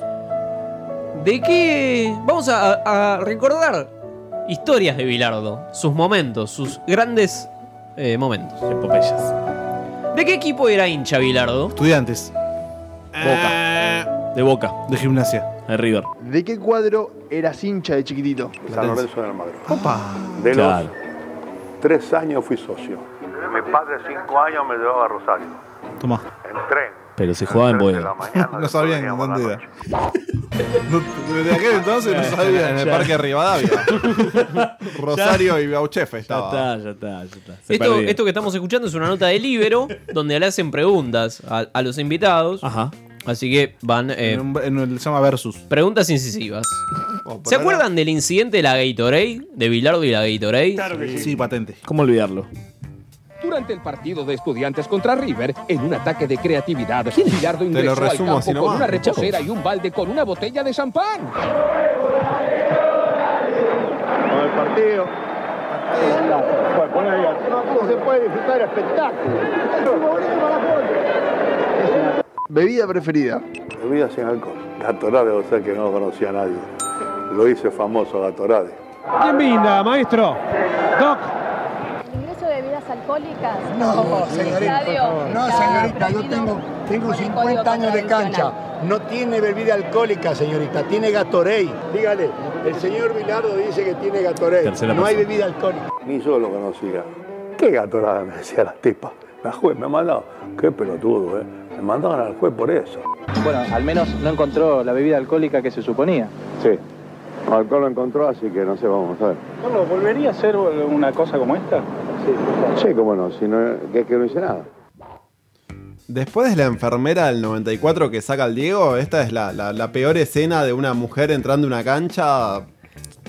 D: ¿De qué? Vamos a, a recordar historias de Bilardo, sus momentos, sus grandes eh, momentos.
G: Epopeyas.
D: ¿De qué equipo era hincha Bilardo?
I: Estudiantes.
G: Boca. De Boca.
I: De gimnasia.
G: De River.
S: ¿De qué cuadro eras hincha de chiquitito?
Q: San Lorenzo de Almagro.
I: Opa.
Q: De los
G: Claro.
Q: tres años fui socio.
T: Mi padre cinco años me llevaba a Rosario.
I: Toma.
T: En tren.
G: Pero se jugaba
Q: Ah,
G: en Boeing.
H: No sabían dónde era. No- Desde aquel entonces no
G: Ya,
H: sabían. En el
G: ya.
H: parque de Rivadavia. Rosario y Bauchefe
G: Ya
H: estaba.
G: está, ya está, ya está. Se
D: Esto,
G: perdió.
D: esto que estamos escuchando es una nota de Libero donde le hacen preguntas a, a los invitados.
H: Ah.
G: Ajá.
D: Así que van eh,
I: En, un- en el, se llama Versus.
D: preguntas incisivas.
H: Oh, por
D: ¿Se
H: ahora-
D: acuerdan del incidente de la Gatorade? De Bilardo y la Gatorade.
I: Sí, patente.
G: ¿Cómo olvidarlo?
U: Durante el partido de Estudiantes contra River, en un ataque de creatividad, Bilardo
H: lo
U: ingresó al
H: resumo
U: campo
H: así
U: con
H: nomás.
U: una reposera y un balde con una botella de champán.
S: Con el partido, No se puede disfrutar espectáculo.
Q: Bebida preferida. Bebida sin alcohol. Gatorade, o sea que no lo conocía nadie. Lo hice famoso Gatorade.
V: ¿Quién brinda, maestro? Doc.
A: Ingreso de bebidas alcohólicas.
W: No, señorita, por favor. no, señorita, yo tengo, tengo 50 años de cancha. No tiene bebida alcohólica, señorita, tiene Gatorade. Dígale, el señor Bilardo dice que tiene Gatorade.
Q: Tercera
W: No hay
Q: persona.
W: bebida alcohólica.
Q: Ni yo lo conocía. ¿Qué Gatorade? Me decía la tipa. La juez me mandaba. Qué pelotudo, ¿eh? Me mandaban al juez por eso.
X: Bueno, al menos no encontró la bebida alcohólica que se suponía.
Y: Sí. Alcohol lo encontró, así que no sé, vamos a ver.
X: Carlos, ¿volvería a hacer una cosa como esta?
Y: Sí, cómo no, si no, que, que no hice nada.
H: Después de la enfermera del 94 que saca al Diego, esta es la, la- la peor escena de una mujer entrando a una cancha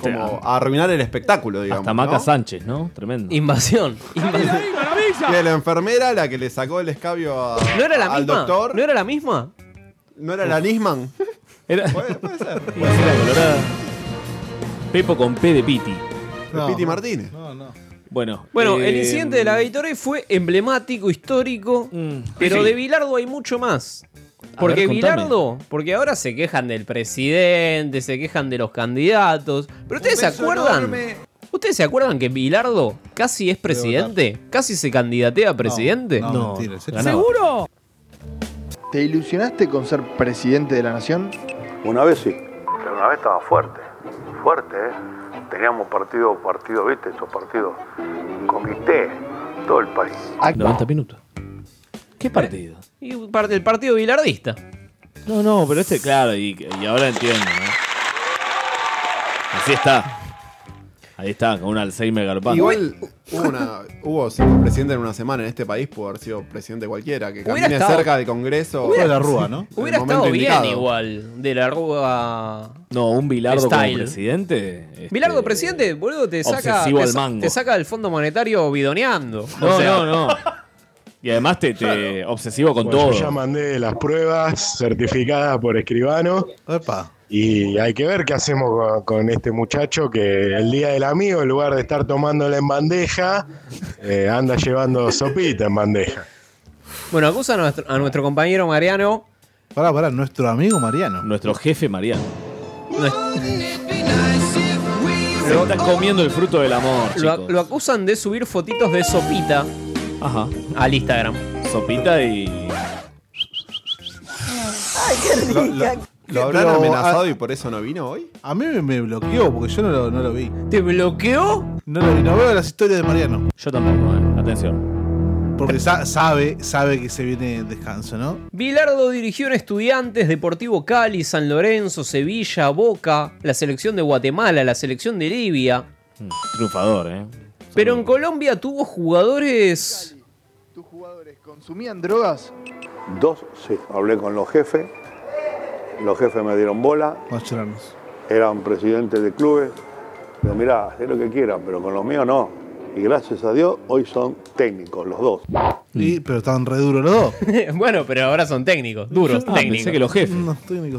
H: como a arruinar el espectáculo, digamos.
G: Hasta Maca
H: ¿no?
G: Sánchez, ¿no? Tremendo.
D: Invasión.
H: Que la enfermera, la que le sacó el escabio a-
D: ¿No era la
H: al
D: misma?
H: doctor.
D: ¿No era la misma?
H: ¿No era la Nisman?
G: Puede, puede ser. colorada. Pepo con P de Piti.
H: De Piti Martínez.
I: No, no.
G: Bueno,
D: Bueno, el
G: eh,
D: incidente de la Gatorade fue emblemático, histórico, pero
G: Mm, sí.
D: de Bilardo hay mucho más.
G: A
D: Porque
G: ver, contame.
D: Bilardo, porque ahora se quejan del presidente, se quejan de los candidatos, pero ustedes se
G: beso
D: acuerdan,
G: enorme.
D: ustedes se acuerdan que Bilardo casi es presidente, casi se candidatea a presidente.
S: no, No, mentira, ¿en serio? ganaba.
D: seguro.
S: ¿Te ilusionaste con ser presidente de la nación?
Q: Una vez sí.
T: Pero una vez estaba fuerte, fuerte, ¿eh? Teníamos partido, partido, ¿viste? Esos partidos. Comité, todo el país.
G: 90 minutos. ¿Qué partido?
D: Y parte del partido bilardista.
G: No, no, pero este, claro, y, y ahora entiendo, ¿no? Así está. Ahí está, con un Alzheimer garpando.
H: Igual hubo, una- hubo cinco presidentes en una semana en este país, pudo haber sido presidente cualquiera, que
D: Hubiera
H: camine
D: estado-
H: cerca del Congreso.
D: Hubiera-
H: En el
D: Hubiera
H: momento
D: estado bien
H: indicado.
D: igual de la Rúa.
G: No, un Bilardo como
D: Style.
G: presidente. este,
D: Bilardo, presidente, boludo, te saca,
G: obsesivo
D: te,
G: al
D: sa-
G: mango.
D: te saca del Fondo Monetario bidoneando.
G: No,
D: O sea,
G: no, no. Y además te, te obsesivo con
K: Bueno,
G: todo.
K: Yo ya mandé las pruebas certificadas por escribano. Y hay que ver qué hacemos con, con este muchacho que el día del amigo, en lugar de estar tomándola en bandeja, eh, anda llevando sopita en bandeja.
D: Bueno, acusa a nuestro, a nuestro compañero Mariano.
I: Pará, pará, nuestro amigo Mariano.
G: Nuestro jefe Mariano.
D: Lo-
G: Está comiendo el fruto del amor, chicos.
D: Lo, lo acusan de subir fotitos de sopita
G: Ajá.
D: al Instagram.
G: Sopita y.
H: ¿Lo, lo- lo habrán
I: Pero,
H: amenazado
I: ah,
H: y por eso no vino hoy?
I: A mí me, me bloqueó porque yo no lo, no lo vi.
D: ¿Te bloqueó?
I: No lo vi, no veo las historias de Mariano.
G: Yo tampoco, eh. Atención.
I: Porque sa- sabe, sabe que se viene descanso, ¿no?
D: Bilardo dirigió en Estudiantes, Deportivo Cali, San Lorenzo, Sevilla, Boca, la selección de Guatemala, la selección de Libia.
G: Triunfador, eh.
D: Pero en Colombia tuvo jugadores.
S: ¿Consumían drogas?
Q: Dos, sí. Hablé con los jefes. Los jefes me dieron bola.
I: Mostrarnos.
Q: Eran presidentes de clubes. Digo, mirá, hacé lo que quieran, pero con los míos no. Y gracias a Dios, hoy son técnicos los dos.
I: Y, pero estaban re duros los dos.
D: bueno, pero ahora son técnicos, duros
I: Ah,
D: técnicos.
I: pensé que los jefes.
D: Mm.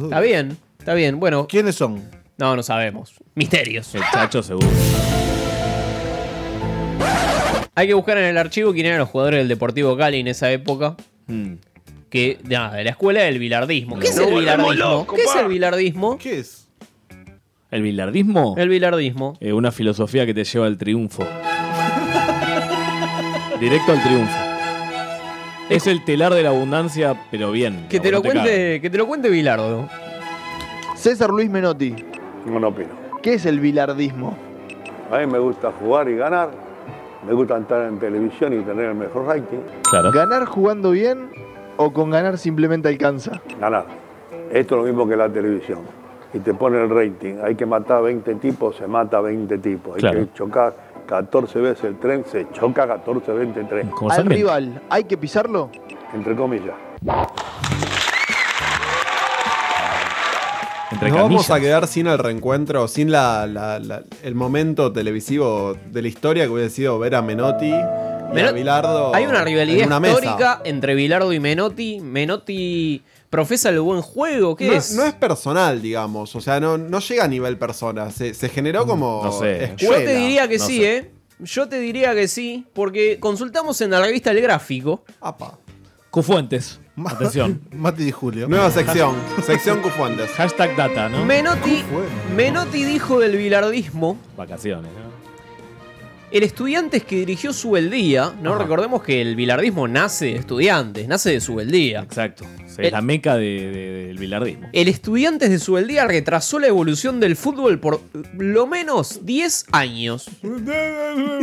D: Está bien, está bien. Bueno.
I: ¿Quiénes son?
D: No, no sabemos. Misterios.
G: El chacho seguro.
D: Hay que buscar en el archivo quién eran los jugadores del Deportivo Cali en esa época. Mm. Que, nada, de la escuela del bilardismo. ¿Qué es el bilardismo? ¿Qué es el bilardismo?
I: ¿Qué es?
G: ¿El bilardismo?
D: El bilardismo.
G: Eh, una filosofía que te lleva al triunfo. Directo al triunfo. Es el telar de la abundancia, pero bien.
D: Que te
G: no
D: lo
G: cagas.
D: cuente, que te lo cuente Bilardo.
S: César Luis Menotti.
Q: No, no opino.
S: ¿Qué es el bilardismo?
Q: A mí me gusta jugar y ganar. Me gusta entrar en televisión y tener el mejor ranking.
S: ¿Ganar jugando bien o con ganar simplemente alcanza?
Q: Ganar. Esto es lo mismo que la televisión. Y te pone el rating. Hay que matar 20 tipos, se mata 20 tipos. Hay
G: Claro.
Q: que chocar 14 veces el tren, se choca 14 veces el tren.
G: Como Al Sarmiento.
S: rival, ¿hay que pisarlo?
Q: Entre comillas.
G: Entre
H: Nos vamos
G: comillas.
H: a quedar sin el reencuentro, sin la, la- la- el momento televisivo de la historia que hubiese sido ver a Menotti y a
D: Menot-
H: Bilardo.
D: Hay una rivalidad
H: en una mesa.
D: histórica entre Bilardo y Menotti. Menotti profesa el buen juego. ¿Qué
H: No no
D: es?
H: es? personal, digamos. O sea, no, no llega a nivel persona. Se, se generó como.
G: Mm, No sé.
H: escuela.
D: Yo te diría que sí, ¿eh? Yo te diría que sí, porque consultamos en la revista El Gráfico.
G: Cufuentes. Atención.
H: Mati y Julio. Nueva sección. sección Cufuentes.
G: Hashtag data,
H: Ah,
G: ¿no?
D: Menotti, Menotti dijo del bilardismo
G: Vacaciones, ¿no?
D: El Estudiantes que dirigió Subeldía, ¿no? Recordemos que el bilardismo nace de Estudiantes, nace de Subeldía.
G: Exacto. Sí,
D: El-
G: Es la meca de- de- del bilardismo.
D: El Estudiantes de Subeldía retrasó la evolución del fútbol por eh, lo menos 10 años.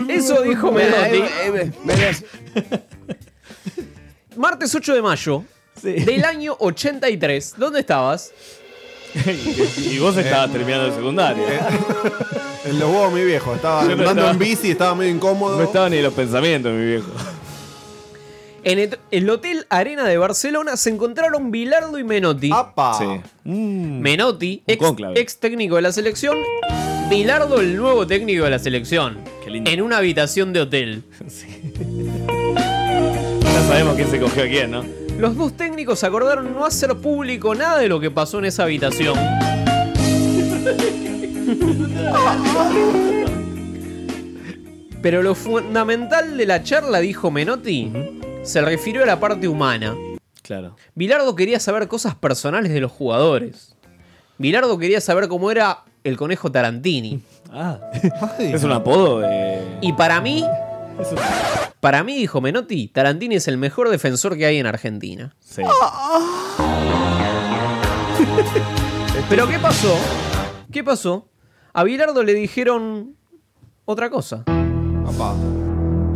D: Eso dijo Menotti. Martes 8 de mayo del año 83. ¿Dónde estabas?
G: y vos estabas terminando el secundario.
H: En los huevos mi viejo. Estaba
G: Yo no
H: andando
G: estaba-
H: en bici, estaba medio incómodo.
G: No estaba ni en los pensamientos, mi viejo.
D: En el, el Hotel Arena de Barcelona se encontraron Bilardo y Menotti.
H: Ah.
G: Sí.
D: Mm. Menotti, ex,
G: cónclave.
D: ex técnico de la selección. Bilardo, el nuevo técnico de la selección. En una habitación de hotel.
G: Ya sabemos quién se cogió a quién, ¿no?
D: Los dos técnicos acordaron no hacer público nada de lo que pasó en esa habitación. Pero lo fundamental de la charla, dijo Menotti, se refirió a la parte humana.
G: Claro.
D: Bilardo quería saber cosas personales de los jugadores. Bilardo quería saber cómo era el conejo Tarantini.
G: Ah. Es un apodo eh. de.
D: Y para mí, para mí, dijo Menotti, Tarantini es el mejor defensor que hay en Argentina.
G: Sí.
D: Pero ¿qué pasó? ¿Qué pasó? A Bilardo le dijeron otra cosa.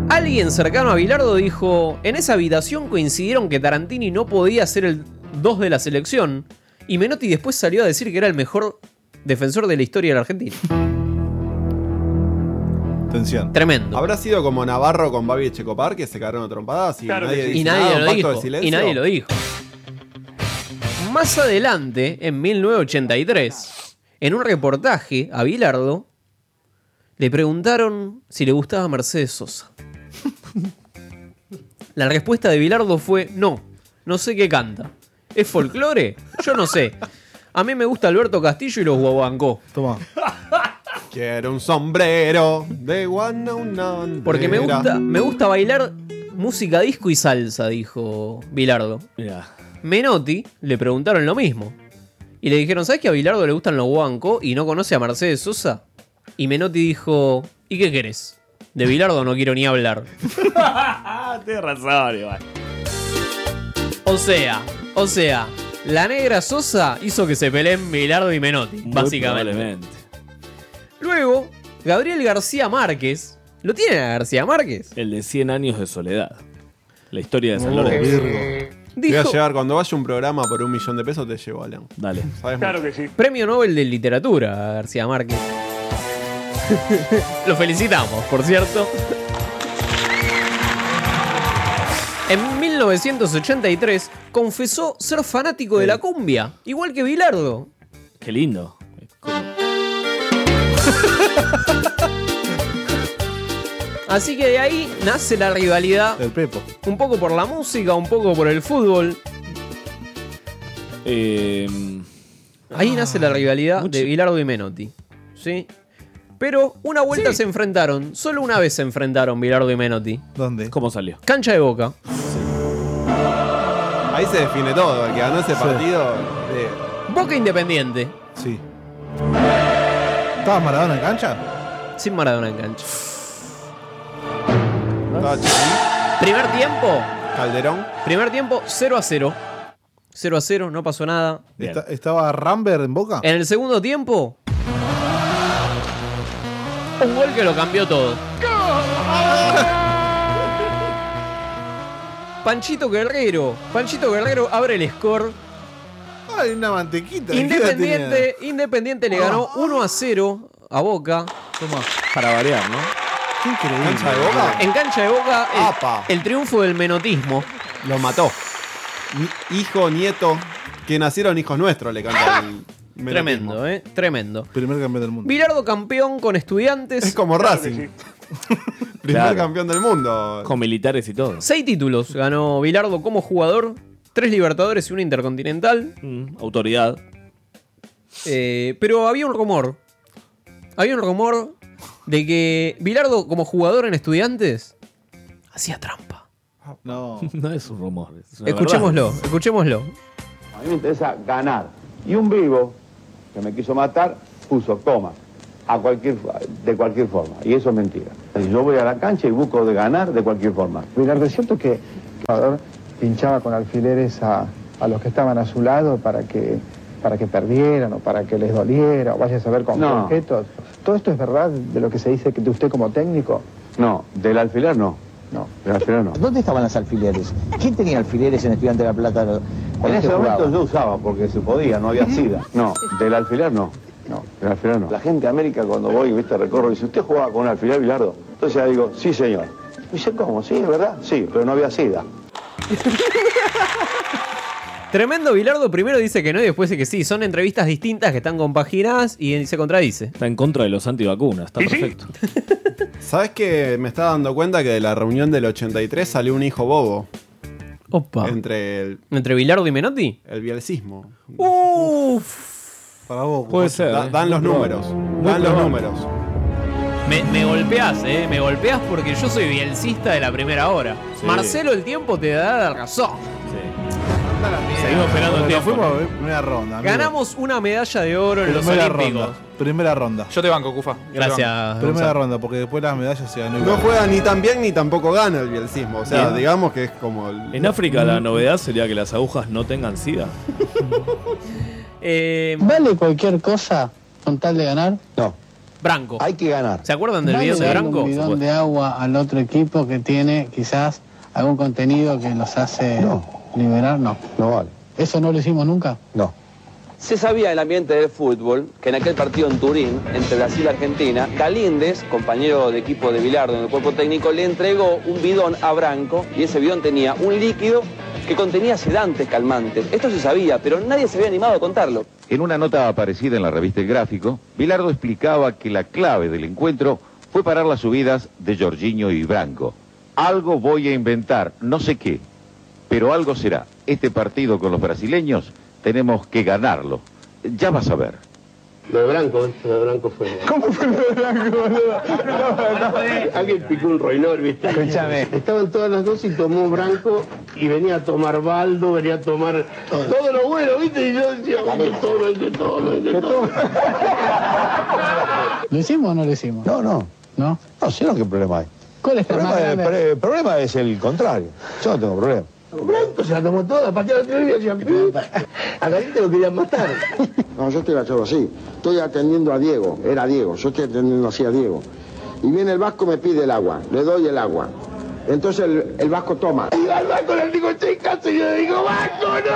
D: Alguien cercano a Bilardo dijo, en esa habitación coincidieron que Tarantini no podía ser el 2 de la selección y Menotti después salió a decir que era el mejor defensor de la historia de la Argentina.
H: Tensión.
D: Tremendo.
H: ¿Habrá sido como Navarro con Babi Checopar que se cagaron a trompadas y
D: Claro que
H: nadie,
D: sí.
H: dice
D: Y nadie
H: nada, un
D: lo
H: pacto
D: dijo,
H: de silencio?
D: y nadie lo dijo. Más adelante, en 1983, en un reportaje a Bilardo, le preguntaron si le gustaba Mercedes Sosa. La respuesta de Bilardo fue no, no sé qué canta. ¿Es folclore? Yo no sé. A mí me gusta Alberto Castillo y los guaguancó. Toma.
H: Quiero un sombrero de guanauna.
D: Porque me gusta, me gusta bailar música disco y salsa, dijo Bilardo. Menotti le preguntaron lo mismo. Y le dijeron, ¿sabes que a Bilardo le gustan los guancos y no conoce a Mercedes Sosa? Y Menotti dijo, ¿y qué querés? De Bilardo no quiero ni hablar.
G: Ah, tienes razón, igual.
D: O sea, o sea, la negra Sosa hizo que se peleen Bilardo y Menotti, básicamente.
G: probablemente.
D: Luego, Gabriel García Márquez. ¿Lo tiene a García Márquez?
G: El de 100 años de soledad. La historia de San
H: Oh,
G: Lorenzo.
H: Virgo. Te voy a
D: Dijo-
H: llevar, cuando vaya un programa por un millón de pesos, te llevo, Alan.
G: Dale.
H: ¿Sabes
D: que sí. Premio Nobel de Literatura, García Márquez. Lo felicitamos, por cierto. En 1983 confesó ser fanático de la cumbia, igual que Bilardo.
G: Qué lindo.
D: Así que de ahí nace la rivalidad.
H: El prepo.
D: Un poco por la música, un poco por el fútbol.
G: Eh,
D: Ahí nace la rivalidad de Bilardo y Menotti. ¿Sí? Pero una vuelta se enfrentaron. Solo una vez se enfrentaron Bilardo y Menotti.
I: ¿Dónde?
G: ¿Cómo salió?
D: Cancha de boca.
H: Ahí se define todo. El que ganó ese
D: Sí.
H: partido. eh,
D: Boca Independiente.
I: Sí. ¿Estabas Maradona en cancha?
D: Sin Maradona en cancha. Primer tiempo.
H: Calderón.
D: Primer tiempo 0 a 0. 0 a 0, no pasó nada.
I: Esta- ¿Estaba Rambert en boca?
D: En el segundo tiempo. Un gol que lo cambió todo. Panchito Guerrero. Panchito Guerrero abre el score.
I: Ay, una mantequita.
D: Independiente, Independiente le ganó 1 a 0 a Boca.
G: Para variar, ¿no?
I: Qué increíble.
H: ¿Cancha de Boca?
D: En cancha de Boca, el-
H: Apa.
D: el triunfo del menotismo.
H: Lo mató. Ni- Hijo, nieto. Que nacieron hijos nuestros, le canta el.
D: Tremendo, ¿eh? Tremendo.
I: Primer campeón del mundo.
D: Bilardo campeón con estudiantes. Es
H: como Racing. Primer campeón del mundo.
G: Con militares y todo.
D: Seis títulos ganó Bilardo como jugador. Tres Libertadores y un Intercontinental.
G: Mm, Autoridad.
D: Eh, pero había un rumor. Había un rumor de que Bilardo, como jugador en Estudiantes, hacía trampa.
G: No. no es un rumor. es una
D: Escuchémoslo,
G: verdad.
D: escuchémoslo.
Y: A mí me interesa ganar. Y un vivo que me quiso matar puso coma a cualquier, de cualquier forma. Y eso es mentira. Yo voy a la cancha y busco de ganar de cualquier forma.
W: Bilardo, es cierto que el jugador pinchaba con alfileres a, a los que estaban a su lado para que, para que perdieran o para que les doliera o vaya a saber con qué
Y: No.
W: objetos. ¿Todo esto es verdad de lo que se dice que- de usted como técnico?
Y: No, del alfiler no.
W: No.
Y: Del alfiler no.
W: ¿Dónde estaban los alfileres? ¿Quién tenía alfileres en Estudiante de la Plata?
Y: En ese momento yo usaba porque se podía, no había sida. No, del alfiler no. No, del alfiler no. La gente de América cuando voy, viste, recorro, dice, ¿usted jugaba con un alfiler, Bilardo? Entonces ya digo, sí, señor. Me dice, ¿cómo? ¿Sí, es verdad? Sí, pero no había sida.
D: Tremendo Bilardo primero dice que no y después dice que sí. Son entrevistas distintas que están compaginadas y se contradice.
G: Está en contra de los antivacunas, está perfecto.
H: ¿Sabes que me estaba dando cuenta que de la reunión del 83 salió un hijo bobo?
D: Opa.
H: Entre el.
D: ¿Entre Bilardo y Menotti?
H: El bielcismo.
D: Uff.
H: Para vos.
G: Puede ser,
H: Da-
G: eh.
H: dan los
G: Muy probable.
H: números.
G: Muy
H: Dan los
G: probable.
H: números.
D: Me, me golpeás, eh. Me golpeás porque yo soy bielcista de la primera hora.
G: Sí.
D: Marcelo, el tiempo te da la razón.
G: Seguimos esperando el
I: Nos
G: tiempo.
I: fuimos a ver primera ronda. amigo.
D: Ganamos una medalla de oro en los
I: Primera
D: Olímpicos.
I: ronda. Primera ronda.
B: Yo te banco, Cufa.
D: Gracias.
I: Primera
D: Gonzalo.
I: ronda, porque después las medallas se ganó.
H: No juega ni tan bien ni tampoco gana el bielcismo. O sea,
G: Bien.
H: digamos que es como. el-
G: En África la novedad sería que las agujas no tengan sida.
D: Eh,
O: ¿Vale cualquier cosa con tal de ganar? No.
D: Branco.
O: Hay que ganar.
D: ¿Se acuerdan del
O: ¿Vale
D: video de
O: darle
D: Branco?
O: Un
D: Por
O: bidón
D: supuesto.
O: de agua al otro equipo que tiene quizás algún contenido que los hace liberar, no. No vale. ¿Eso no lo hicimos nunca? No.
X: Se sabía el ambiente del fútbol que en aquel partido en Turín, entre Brasil y Argentina, Galíndez, compañero de equipo de Bilardo en el cuerpo técnico, le entregó un bidón a Branco y ese bidón tenía un líquido que contenía sedantes calmantes. Esto se sabía, pero nadie se había animado a contarlo.
E: En una nota aparecida en la revista El Gráfico, Bilardo explicaba que la clave del encuentro fue parar las subidas de Jorginho y Branco. Algo voy a inventar, no sé qué, pero algo será. Este partido con los brasileños tenemos que ganarlo. Ya vas a ver.
F: Lo de Branco, lo de Branco fue. ¿Cómo fue lo de Branco, boludo? No, no, alguien picó un roinor, ¿viste?
W: Escúchame.
F: Estaban todas las dos y tomó Branco y venía a tomar Baldo, venía a tomar todo lo bueno, ¿viste? Y yo decía, que todo, que todo, que todo.
O: ¿Lo hicimos o no lo hicimos?
W: No, no.
O: ¿No?
W: No, sé lo que problema hay.
O: ¿Cuál es el
W: problema
O: más
W: es-
O: grande?
W: pre- el problema es el contrario. Yo no tengo problema.
F: Branco se la tomó toda, pateó la televisión y decía, "Pip". a Galíndez lo querían matar.
J: No, yo te la llevo así. Estoy atendiendo a Diego, era Diego, yo estoy atendiendo así a Diego. Y viene el vasco, me pide el agua, le doy el agua. Entonces el, el vasco toma.
F: Y al Branco le digo, chicas, y yo le digo, Branco,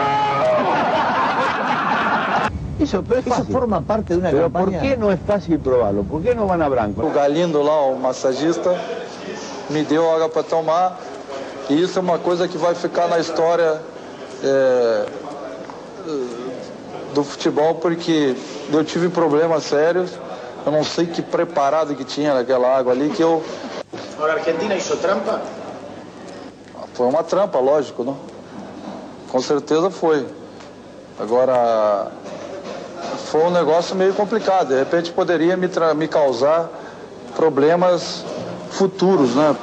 F: no. Eso, pero
W: Eso forma parte de una
E: Pero
W: campaña.
E: ¿por qué no es fácil probarlo? ¿Por qué no van a Branco?
J: O Galindo lá, o massagista, me deu água para tomar. E isso é uma coisa que vai ficar na história é, do futebol, porque eu tive problemas sérios. Eu não sei que preparado que tinha naquela água ali, que eu.
F: Ahora Argentina hizo trampa.
J: Foi uma trampa, lógico, não? Com certeza foi. Agora, foi um negócio meio complicado. De repente poderia me, tra- me causar problemas futuros, né?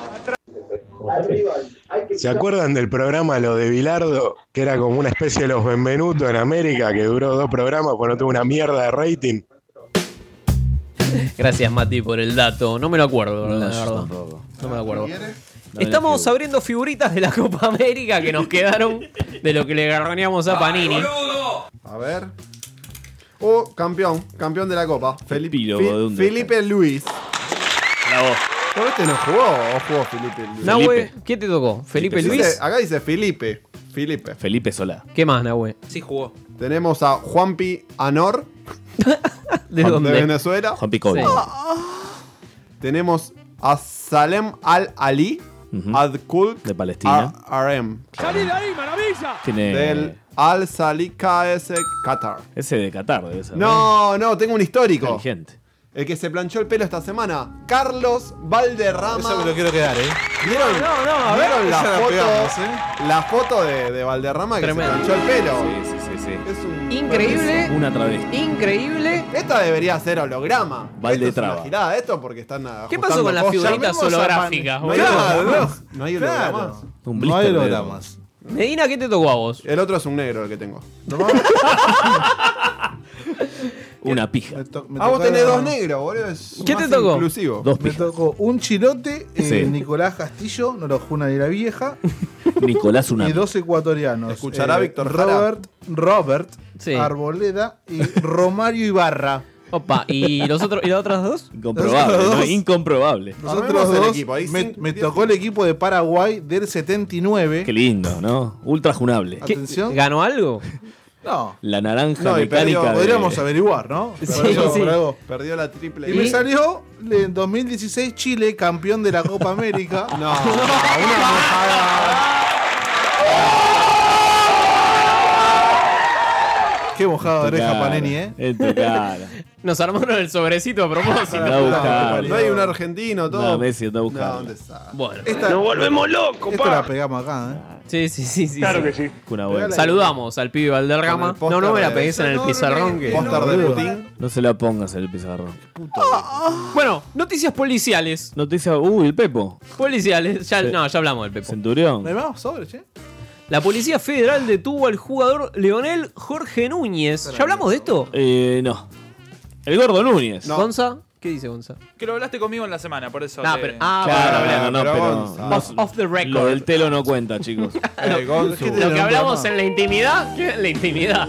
K: ¿Se acuerdan del programa Lo de Bilardo? Que era como una especie de los Benvenuto en América, que duró dos programas, pues no tuvo una mierda de rating.
D: Gracias, Mati, por el dato. No me lo acuerdo, la verdad. No me lo acuerdo. Estamos abriendo figuritas de la Copa América que nos quedaron de lo que le garroneamos a Panini.
H: A ver. Oh, campeón, campeón de la copa. Felipe,
G: pílogo, ¿de dónde
H: Felipe Luis.
G: La voz.
H: No, este no jugó o jugó Felipe Luis.
D: Nahue, ¿qué te tocó? ¿Felipe
H: Dice-
D: Luis?
H: acá dice Felipe. Felipe.
G: Felipe Solá.
D: ¿Qué más, Nahue?
B: Sí jugó.
H: Tenemos a Juanpi Anor.
D: ¿De
G: dónde?
H: Venezuela.
G: Juanpi Cobia.
H: Tenemos a Salem Al-Ali. Ad-Kulk.
G: De Palestina. Eh.
H: RM.
V: ¡Salí de ahí, maravilla!
G: Tiene-
H: Del Al-Salih KS Qatar.
G: Ese de Qatar debe ser.
H: No, no, tengo un histórico.
G: Inteligente.
H: El que se planchó el pelo esta semana, Carlos Valderrama.
I: Eso me lo quiero quedar, ¿eh?
H: ¿Vieron,
I: No, no, no, a ver,
H: ¿vieron la,
I: esa la
H: foto,
I: pegamos, ¿eh?
H: la foto de, de Valderrama que
I: Tremendo.
H: se planchó el pelo?
I: Sí, sí, sí.
H: Es un
D: Increíble.
I: Una travesti.
D: Increíble.
H: Esta debería ser holograma. Esto es una
I: Valdetraba.
H: girada, esto porque están ajustando
D: ¿Qué pasó con las
H: cosas.
D: figuritas
H: Llamemos a Pan-
D: holográficas,
H: No hay
D: boludo?
H: hologramas. No hay
D: Claro.
H: hologramas.
I: Un
H: No
I: blister
H: hay
I: de
H: hologramas.
D: Medina, ¿qué te tocó a vos?
H: El otro es un negro el que tengo.
G: Una pija.
H: Ah, vos tenés dos negros, boludo. es más Inclusivo.
G: Dos
I: Me
G: pijas.
I: tocó un chilote, eh,
G: Sí.
I: Nicolás Castillo, no lo juna ni la vieja,
G: Nicolás una.
I: y dos ecuatorianos. eh,
G: Escuchará Víctor Jara.
I: Robert, Robert
D: Sí.
I: Arboleda y Romario Ibarra.
D: Opa, ¿y los otros, y las otras dos?
G: Incomprobable,
I: Nosotros
G: ¿no?
I: dos.
G: Incomprobable.
I: Nosotros
G: el
I: dos,
G: equipo, ahí
I: me,
G: cinco,
I: me tocó el equipo de Paraguay del 79.
G: Qué lindo, ¿no? Ultra junable.
I: ¿Qué? Atención.
D: ¿Ganó algo?
I: No.
G: La naranja
I: No, y perdió,
G: mecánica. de-
I: podríamos averiguar, ¿no?
G: Sí,
I: Perdió,
G: sí.
I: perdió.
H: Perdió la triple. E.
I: Y me salió en 2016 Chile, campeón de la Copa América. no, una mojada. Qué mojada de
D: En tu
I: oreja
D: cara,
I: Panini, ¿eh?
G: En tu cara.
D: Nos armaron el sobrecito a propósito.
G: Andá a buscar.
H: No hay un argentino, todo.
G: No, Messi, andá a buscar.
H: No, ¿dónde está?
D: Bueno.
I: Nos
H: volvemos locos,
I: Esto la pegamos acá, ¿eh?
D: Sí, sí, sí, sí.
I: Claro
D: sí.
I: que
D: sí.
G: Una buena.
D: Saludamos al pibe Valderrama.
G: Con el
D: No, no me la
G: póster
D: pegues en el
G: de-
D: pizarrón. Que...
G: No se la pongas en el pizarrón.
D: Bueno, noticias policiales.
G: Noticia. Uy, el Pepo.
D: Policiales. Ya, no, ya hablamos del Pepo.
G: Centurión.
I: ¿Me vamos sobre, che?
D: La Policía Federal detuvo al jugador Leonel Jorge Núñez. ¿Ya hablamos de esto?
G: Eh, no. El gordo Núñez.
D: ¿Gonza? ¿Qué dice Gonza?
B: Que lo hablaste conmigo en la semana, por eso.
D: No,
B: te-
D: pero- ah,
G: Claro,
D: bueno,
G: no, no,
D: pero
G: pero.
D: Gonza.
G: no-
D: Off- off the record.
G: Lo del telo no cuenta, chicos.
I: eh,
D: Lo que hablamos en la intimidad, ¿qué? En la intimidad.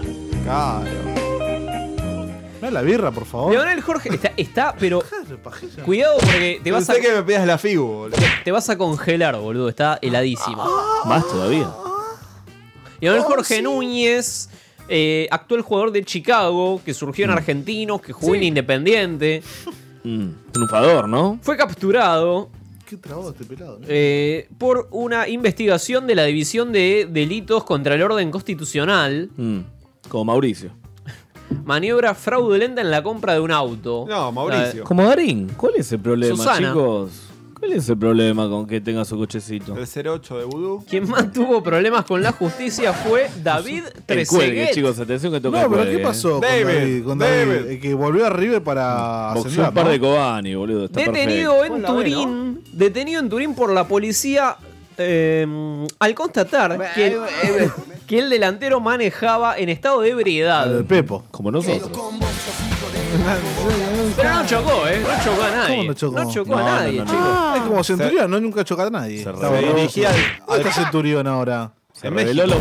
I: No la birra, por
H: Oh.
I: favor.
D: Leonel Jorge está, está, pero cuidado porque te vas a.
H: Pensé que me pidas la FIBU, boludo.
D: Te vas a congelar, boludo. Está heladísima.
G: Más todavía.
D: Leonel
G: Oh,
D: Jorge
G: sí.
D: Núñez, eh, actual jugador de Chicago, que surgió en Argentinos, que jugó en Independiente.
G: Mm, triunfador, ¿no?
D: Fue capturado
I: Qué trabado este pelado, ¿no?
D: eh, por una investigación de la División de Delitos contra el Orden Constitucional.
G: Mm, como Mauricio.
D: Maniobra fraudulenta en la compra de un auto.
H: No,
G: Como Darín. ¿Cuál es el problema,
D: Susana.
G: chicos? ¿Cuál es el problema con que tenga su cochecito?
H: El 08 de Vudú.
D: Quien más tuvo problemas con la justicia fue David
G: El cuelgue,
D: Trezeguet.
G: chicos. Atención que toca
I: No,
G: el
I: pero
G: cuelgue,
I: ¿qué
G: eh.
I: pasó con
G: David,
I: David? Con David,
G: David.
I: eh, que volvió a River para
G: ¿eh? Boxeó
I: ascender,
G: un par
I: ¿no?
G: de Cobani, boludo. Está
D: Detenido
G: perfecto.
D: en Turín. Detenido en Turín por la policía. eh, al constatar que el, que el delantero manejaba en estado de ebriedad.
I: Pepo.
D: Eh,
G: Como nosotros.
D: Pero no chocó, ¿eh? No chocó a
I: ¿Cómo
D: nadie.
I: no chocó?
D: No chocó a nadie, chicos.
I: Ah, es como Centurión, no nunca choca a nadie. Está borroso.
H: redirigía al-
I: ¿Dónde está Centurión ahora?
H: En
I: reveló la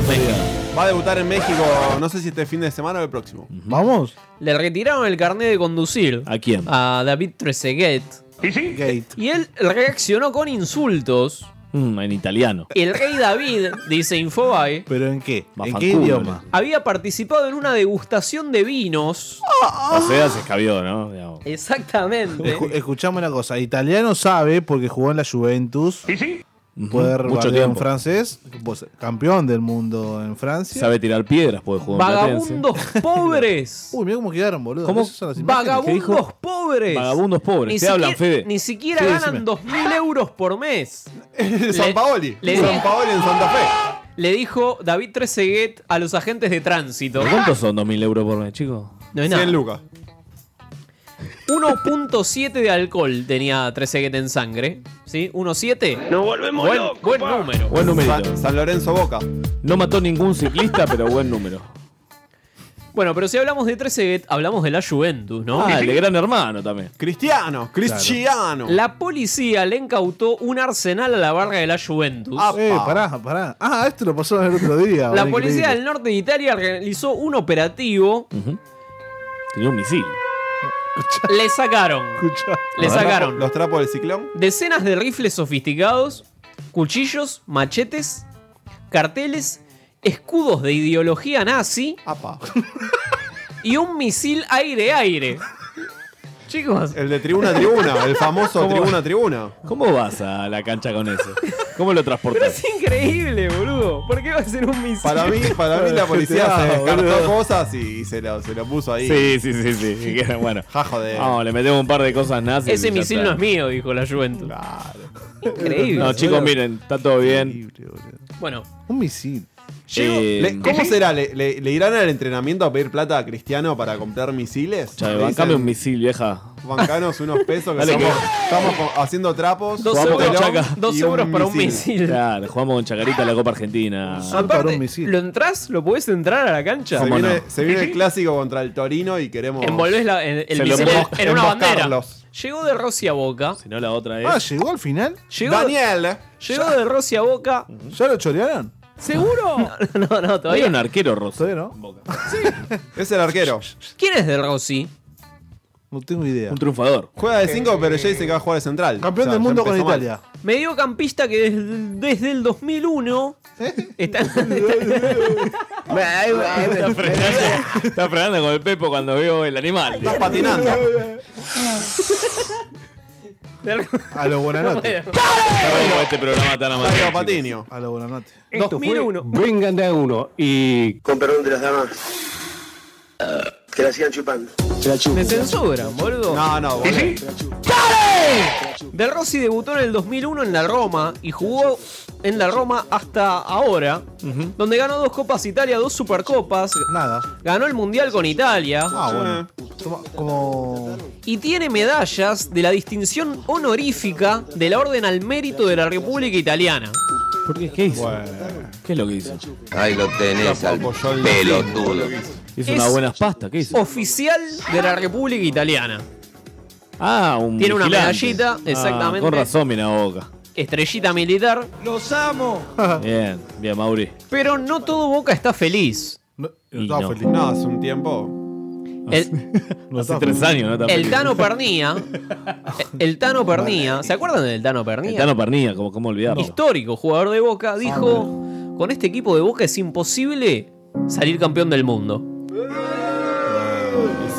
H: Va a debutar en México, no sé si este fin de semana o el próximo.
I: ¿Vamos?
D: Le retiraron el carnet de conducir.
G: ¿A quién?
D: A David Trezeguet.
G: ¿Y sí?
D: Y él reaccionó con insultos.
G: Mm, en italiano.
D: El rey David, dice Infobae,
I: ¿Pero en qué? ¿En qué
G: Fanculo.
I: idioma?
D: había participado en una degustación de vinos.
G: O sea, se escabió, ¿no? Digamos.
D: Exactamente.
I: Escu- escuchame una cosa. Italiano sabe porque jugó en la Juventus. ¿Y sí? Puede
G: Ujú, mucho
I: rebardear en
G: tiempo.
I: francés. pues, campeón del mundo en Francia.
G: Sabe tirar piedras, puede jugar en Platense.
D: Vagabundos pobres.
I: Uy, mira cómo quedaron, boludo.
G: ¿Cómo?
I: Esas son las imágenes que dijo.
D: Vagabundos pobres.
G: Vagabundos pobres.
D: Ni
G: Te hablan,
D: siquiera-
G: Fede.
D: Ni siquiera
G: Sí,
D: ganan
G: decime.
D: 2.000 euros por mes. Le-
H: San Paoli.
D: le
H: San
D: dijo-
H: Paoli en Santa Fe.
D: Le dijo David Trezeguet a los agentes de tránsito.
G: ¿Pero ¿Cuántos son 2.000 euros por mes, chicos?
D: No es nada.
H: 100 lucas.
D: 1.7 de alcohol tenía Trezeguet en sangre. ¿Sí? 1.7. Nos volvemos buen, Buen número.
G: Buen numerito.
H: San, San Lorenzo Boca.
G: No mató ningún ciclista, pero buen número.
D: Bueno, pero si hablamos de Trezeguet, hablamos de la Juventus, ¿no?
G: Ah, el de gran hermano también.
H: Cristiano, Cristiano.
D: La policía le incautó un arsenal a la barra de la Juventus.
H: Ah,
I: Eh, pará, pará. Ah, esto lo pasó el otro día.
D: La
I: boludo,
D: policía
I: increíble.
D: del norte de Italia realizó un operativo.
G: Tenía un misil.
D: Le sacaron. Le
H: Los trapos-
D: sacaron
H: Los trapos del ciclón.
D: decenas de rifles sofisticados, cuchillos, machetes, carteles, escudos de ideología nazi y un misil aire-aire. Chicos,
H: El de tribuna a tribuna, el famoso
G: ¿Cómo?
H: tribuna a tribuna.
G: ¿Cómo vas a la cancha con eso? ¿Cómo lo transportás?
D: Pero es increíble, boludo. ¿Por qué va a ser un misil?
H: Para mí, para mí la policía se
G: Ah, boludo.
H: descartó cosas y se lo, se lo puso ahí.
G: Sí, sí, sí, sí. que- Bueno.
H: Jajo de.
G: Vamos, le metemos un par de cosas nazis.
D: Ese
G: y ya
D: misil
G: está.
D: no es mío, dijo la Juventus. Increíble.
G: No, chicos,
D: boludo.
G: miren, está todo bien. Eh,
D: Bueno.
G: Un misil.
H: Le- ¿Cómo será? ¿Le, le, le irán al entrenamiento a pedir plata a Cristiano para comprar misiles?
G: Chave,
H: Le
G: bancame un
H: dicen,
G: misil, vieja.
H: Bancanos unos pesos que
G: Dale que-
H: estamos, estamos co- haciendo trapos.
G: Dos
H: jugamos
G: euros,
H: telón
G: chaca.
H: y
D: Dos euros para un misil.
G: Claro, jugamos con Chacarita la Copa Argentina.
D: Aparte, ¿lo entrás? ¿Lo podés entrar a la cancha?
H: Se
G: ¿Cómo
H: viene,
G: no?
H: se viene el clásico contra el Torino y queremos.
D: Envolvés la- en- el
H: Se lo
D: misil
H: embos-
D: en una bandera.
H: emboscarlos.
D: Llegó de Rossi a Boca. Si
G: no, la otra
I: Ah, llegó al final.
D: Llegó- Llegó de Rossi a Boca.
I: ¿Ya lo chorearon?
D: ¿Seguro? No, no, no,
G: Hay
D: todavía
G: un arquero, Rosso.
I: Todavía no.
H: Es el arquero.
D: ¿Quién es de Rossi?
I: No tengo idea.
G: Un triunfador.
H: Juega de 5, pero ya dice que va a jugar de central.
I: Campeón
H: O sea,
I: del mundo
H: ya
I: con
H: empezó mal.
I: Italia.
D: Mediocampista que desde, desde el 2001 está,
G: Está frenando, está frenando con el Pepo cuando veo el animal. Está
H: patinando.
I: A los Buenanote.
G: este programa tan amateur.
H: Patinio.
I: A los Buenanote.
C: Esto fue Vengan de a uno y... Con perdón de las damas. Que la sigan chupando.
D: Me censuran, boludo.
H: No, no, boludo.
D: Del Rossi debutó en el 2001 en la Roma y jugó en la Roma hasta ahora, donde ganó dos Copas Italia, dos Supercopas.
I: Nada.
D: Ganó el Mundial con Italia.
I: Ah, bueno. Toma- como.
D: Y tiene medallas de la distinción honorífica de la Orden al Mérito de la República Italiana.
G: ¿Por qué? ¿Qué hizo? ¿Qué es lo que hizo?
L: Ahí lo tenés al pelotudo.
G: Hizo unas
D: Es-
G: buenas pastas. ¿Qué hizo?
D: Oficial de la República Italiana.
G: Ah, un.
D: Tiene una
G: vigilante.
D: medallita,
G: Ah,
D: exactamente.
G: con razón, mira boca.
D: Estrellita militar. ¡Los amo!
G: Bien, bien, Mauri.
D: Pero no todo Boca está feliz.
G: Y
H: No,
G: no.
H: feliz. No, hace un tiempo.
D: El,
G: Hace tres años, ¿no? Está
D: el
G: feliz.
D: Tano Pernía. El Tano Pernía. ¿Se acuerdan del Tano Pernía?
G: El Tano Pernilla, como cómo olvidarlo.
D: Histórico jugador de Boca. Dijo: Con este equipo de Boca es imposible salir campeón del mundo.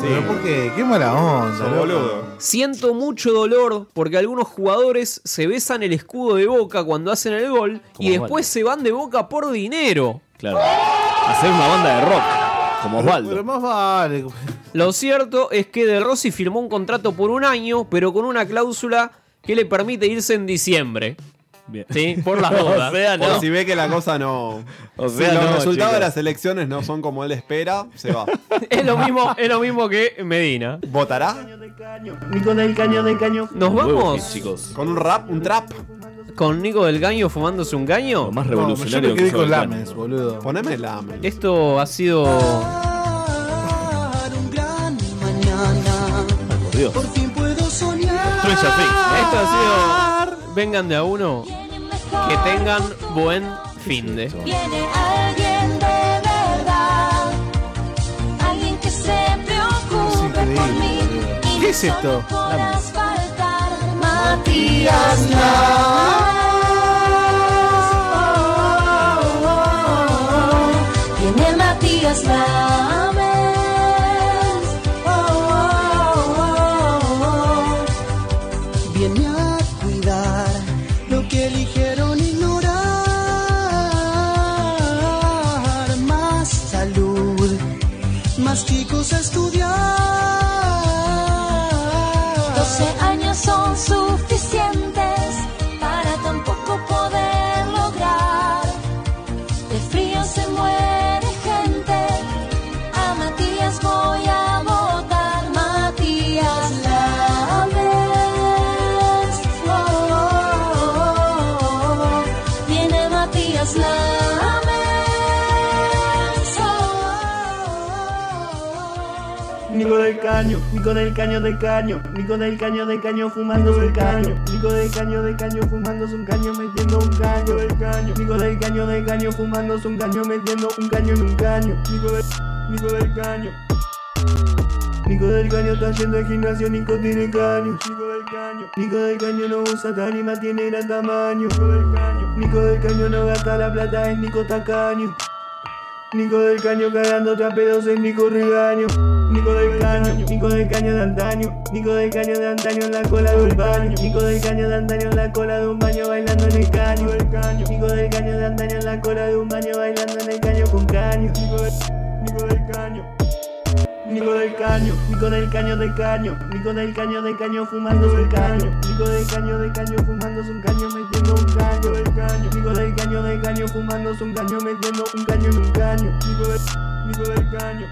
I: Pero ¿por qué? Qué mala onda, loco.
D: Siento mucho dolor porque algunos jugadores se besan el escudo de Boca cuando hacen el gol y
G: Como
D: después se van de Boca por dinero.
G: Claro. Hacer una banda de rock, como Osvaldo.
I: Pero más vale.
D: Lo cierto es que De Rossi firmó un contrato por un año, pero con una cláusula que le permite irse en diciembre.
G: Bien.
D: Sí, por las dudas.
H: Por si ve que la cosa no.
G: Ah, O
H: si
G: sea,
H: los
G: no,
H: resultados de
G: chicos.
H: las elecciones no son como él espera, se va.
D: es, lo mismo, es lo mismo que Medina.
H: ¿Votará?
C: Nico del Caño del Caño.
D: Nos vamos
G: chicos.
H: ¿Con un rap? ¿Un trap?
D: con Nico del Gaño fumándose un gaño.
G: más
I: yo me quedé con Lames, boludo.
H: Poneme Lames.
D: Esto ha sido.
G: Por Dios.
C: Por fin puedo soñar.
G: Stranger Things,
D: Esto ha sido. Vengan de a uno. Que tengan buen fin de.
C: Viene alguien de verdad. Alguien que se preocupe por mí.
I: ¿Qué es esto?
C: Podrás faltar, Matías Lanz. Oh, oh, oh, oh. Viene Matías Lames. Oh, oh, oh, oh. Viene a cuidar lo que eligieron ignorar. Más salud, más chicos a estudiar.
M: 12 años son suficientes para tampoco poder lograr. De frío se muere gente. A Matías voy a votar. Matías Lames. Oh, oh, oh, oh. Viene Matías Lames.
C: Nico del caño, Nico del caño de caño, Nico del caño de caño fumándose un caño, Nico del caño de caño fumándose un caño metiendo un caño del caño, Nico del caño de caño fumándose un caño metiendo un caño en un caño, Nico del, Nico del caño. Nico del caño está yendo al gimnasio, Nico tiene caño, Nico del caño, Nico del caño no usa tarima, tiene gran tamaño, Nico del caño, Nico del caño no gasta la plata, es Nico tacaño, Nico del caño cagando trapedos es Nico regaño. Nico del caño, Nico del caño de antaño, Nico del caño de antaño en la cola de un baño, Nico del caño de antaño en la cola de un baño bailando en el caño, el caño, Nico del caño de antaño en la cola de un baño bailando en el caño con caño, Nico del, Nico del caño. Nico del caño, Nico del caño de caño, Nico del caño de caño fumando un caño, Nico del caño de caño fumando un caño metiendo un caño, el caño, Nico del caño de caño fumando un caño metiendo un caño en un caño, Nico del, Nico del caño.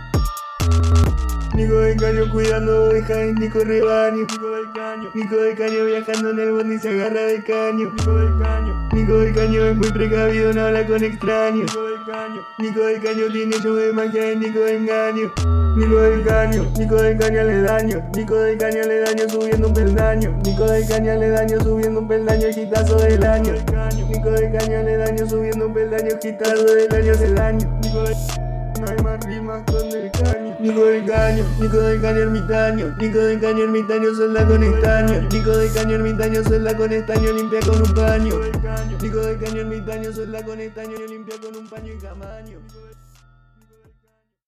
C: Nico del Caño cuidando ovejas en Nico Rebaño. Nico del Caño. Nico del Caño viajando en el bondi se agarra del caño. Nico del Caño. Nico del Caño es muy precavido, no habla con extraños. Nico del Caño. Nico del Caño tiene yo de magia en Nico de engaño. Nico del Caño. Nico del Caño le daño. Nico del Caño le daño subiendo un peldaño. Nico del Caño le daño subiendo un peldaño, quitazo del año. Nico del Caño le daño subiendo un peldaño, quitazo del año, es el año. Nico del no hay más rimas con el caño. Nico del caño, Nico del caño ermitaño. Nico del caño ermitaño suelda con estaño. Nico del caño ermitaño suelda con estaño limpia con un paño. Nico del caño ermitaño suelda con estaño limpia con un paño y camaño.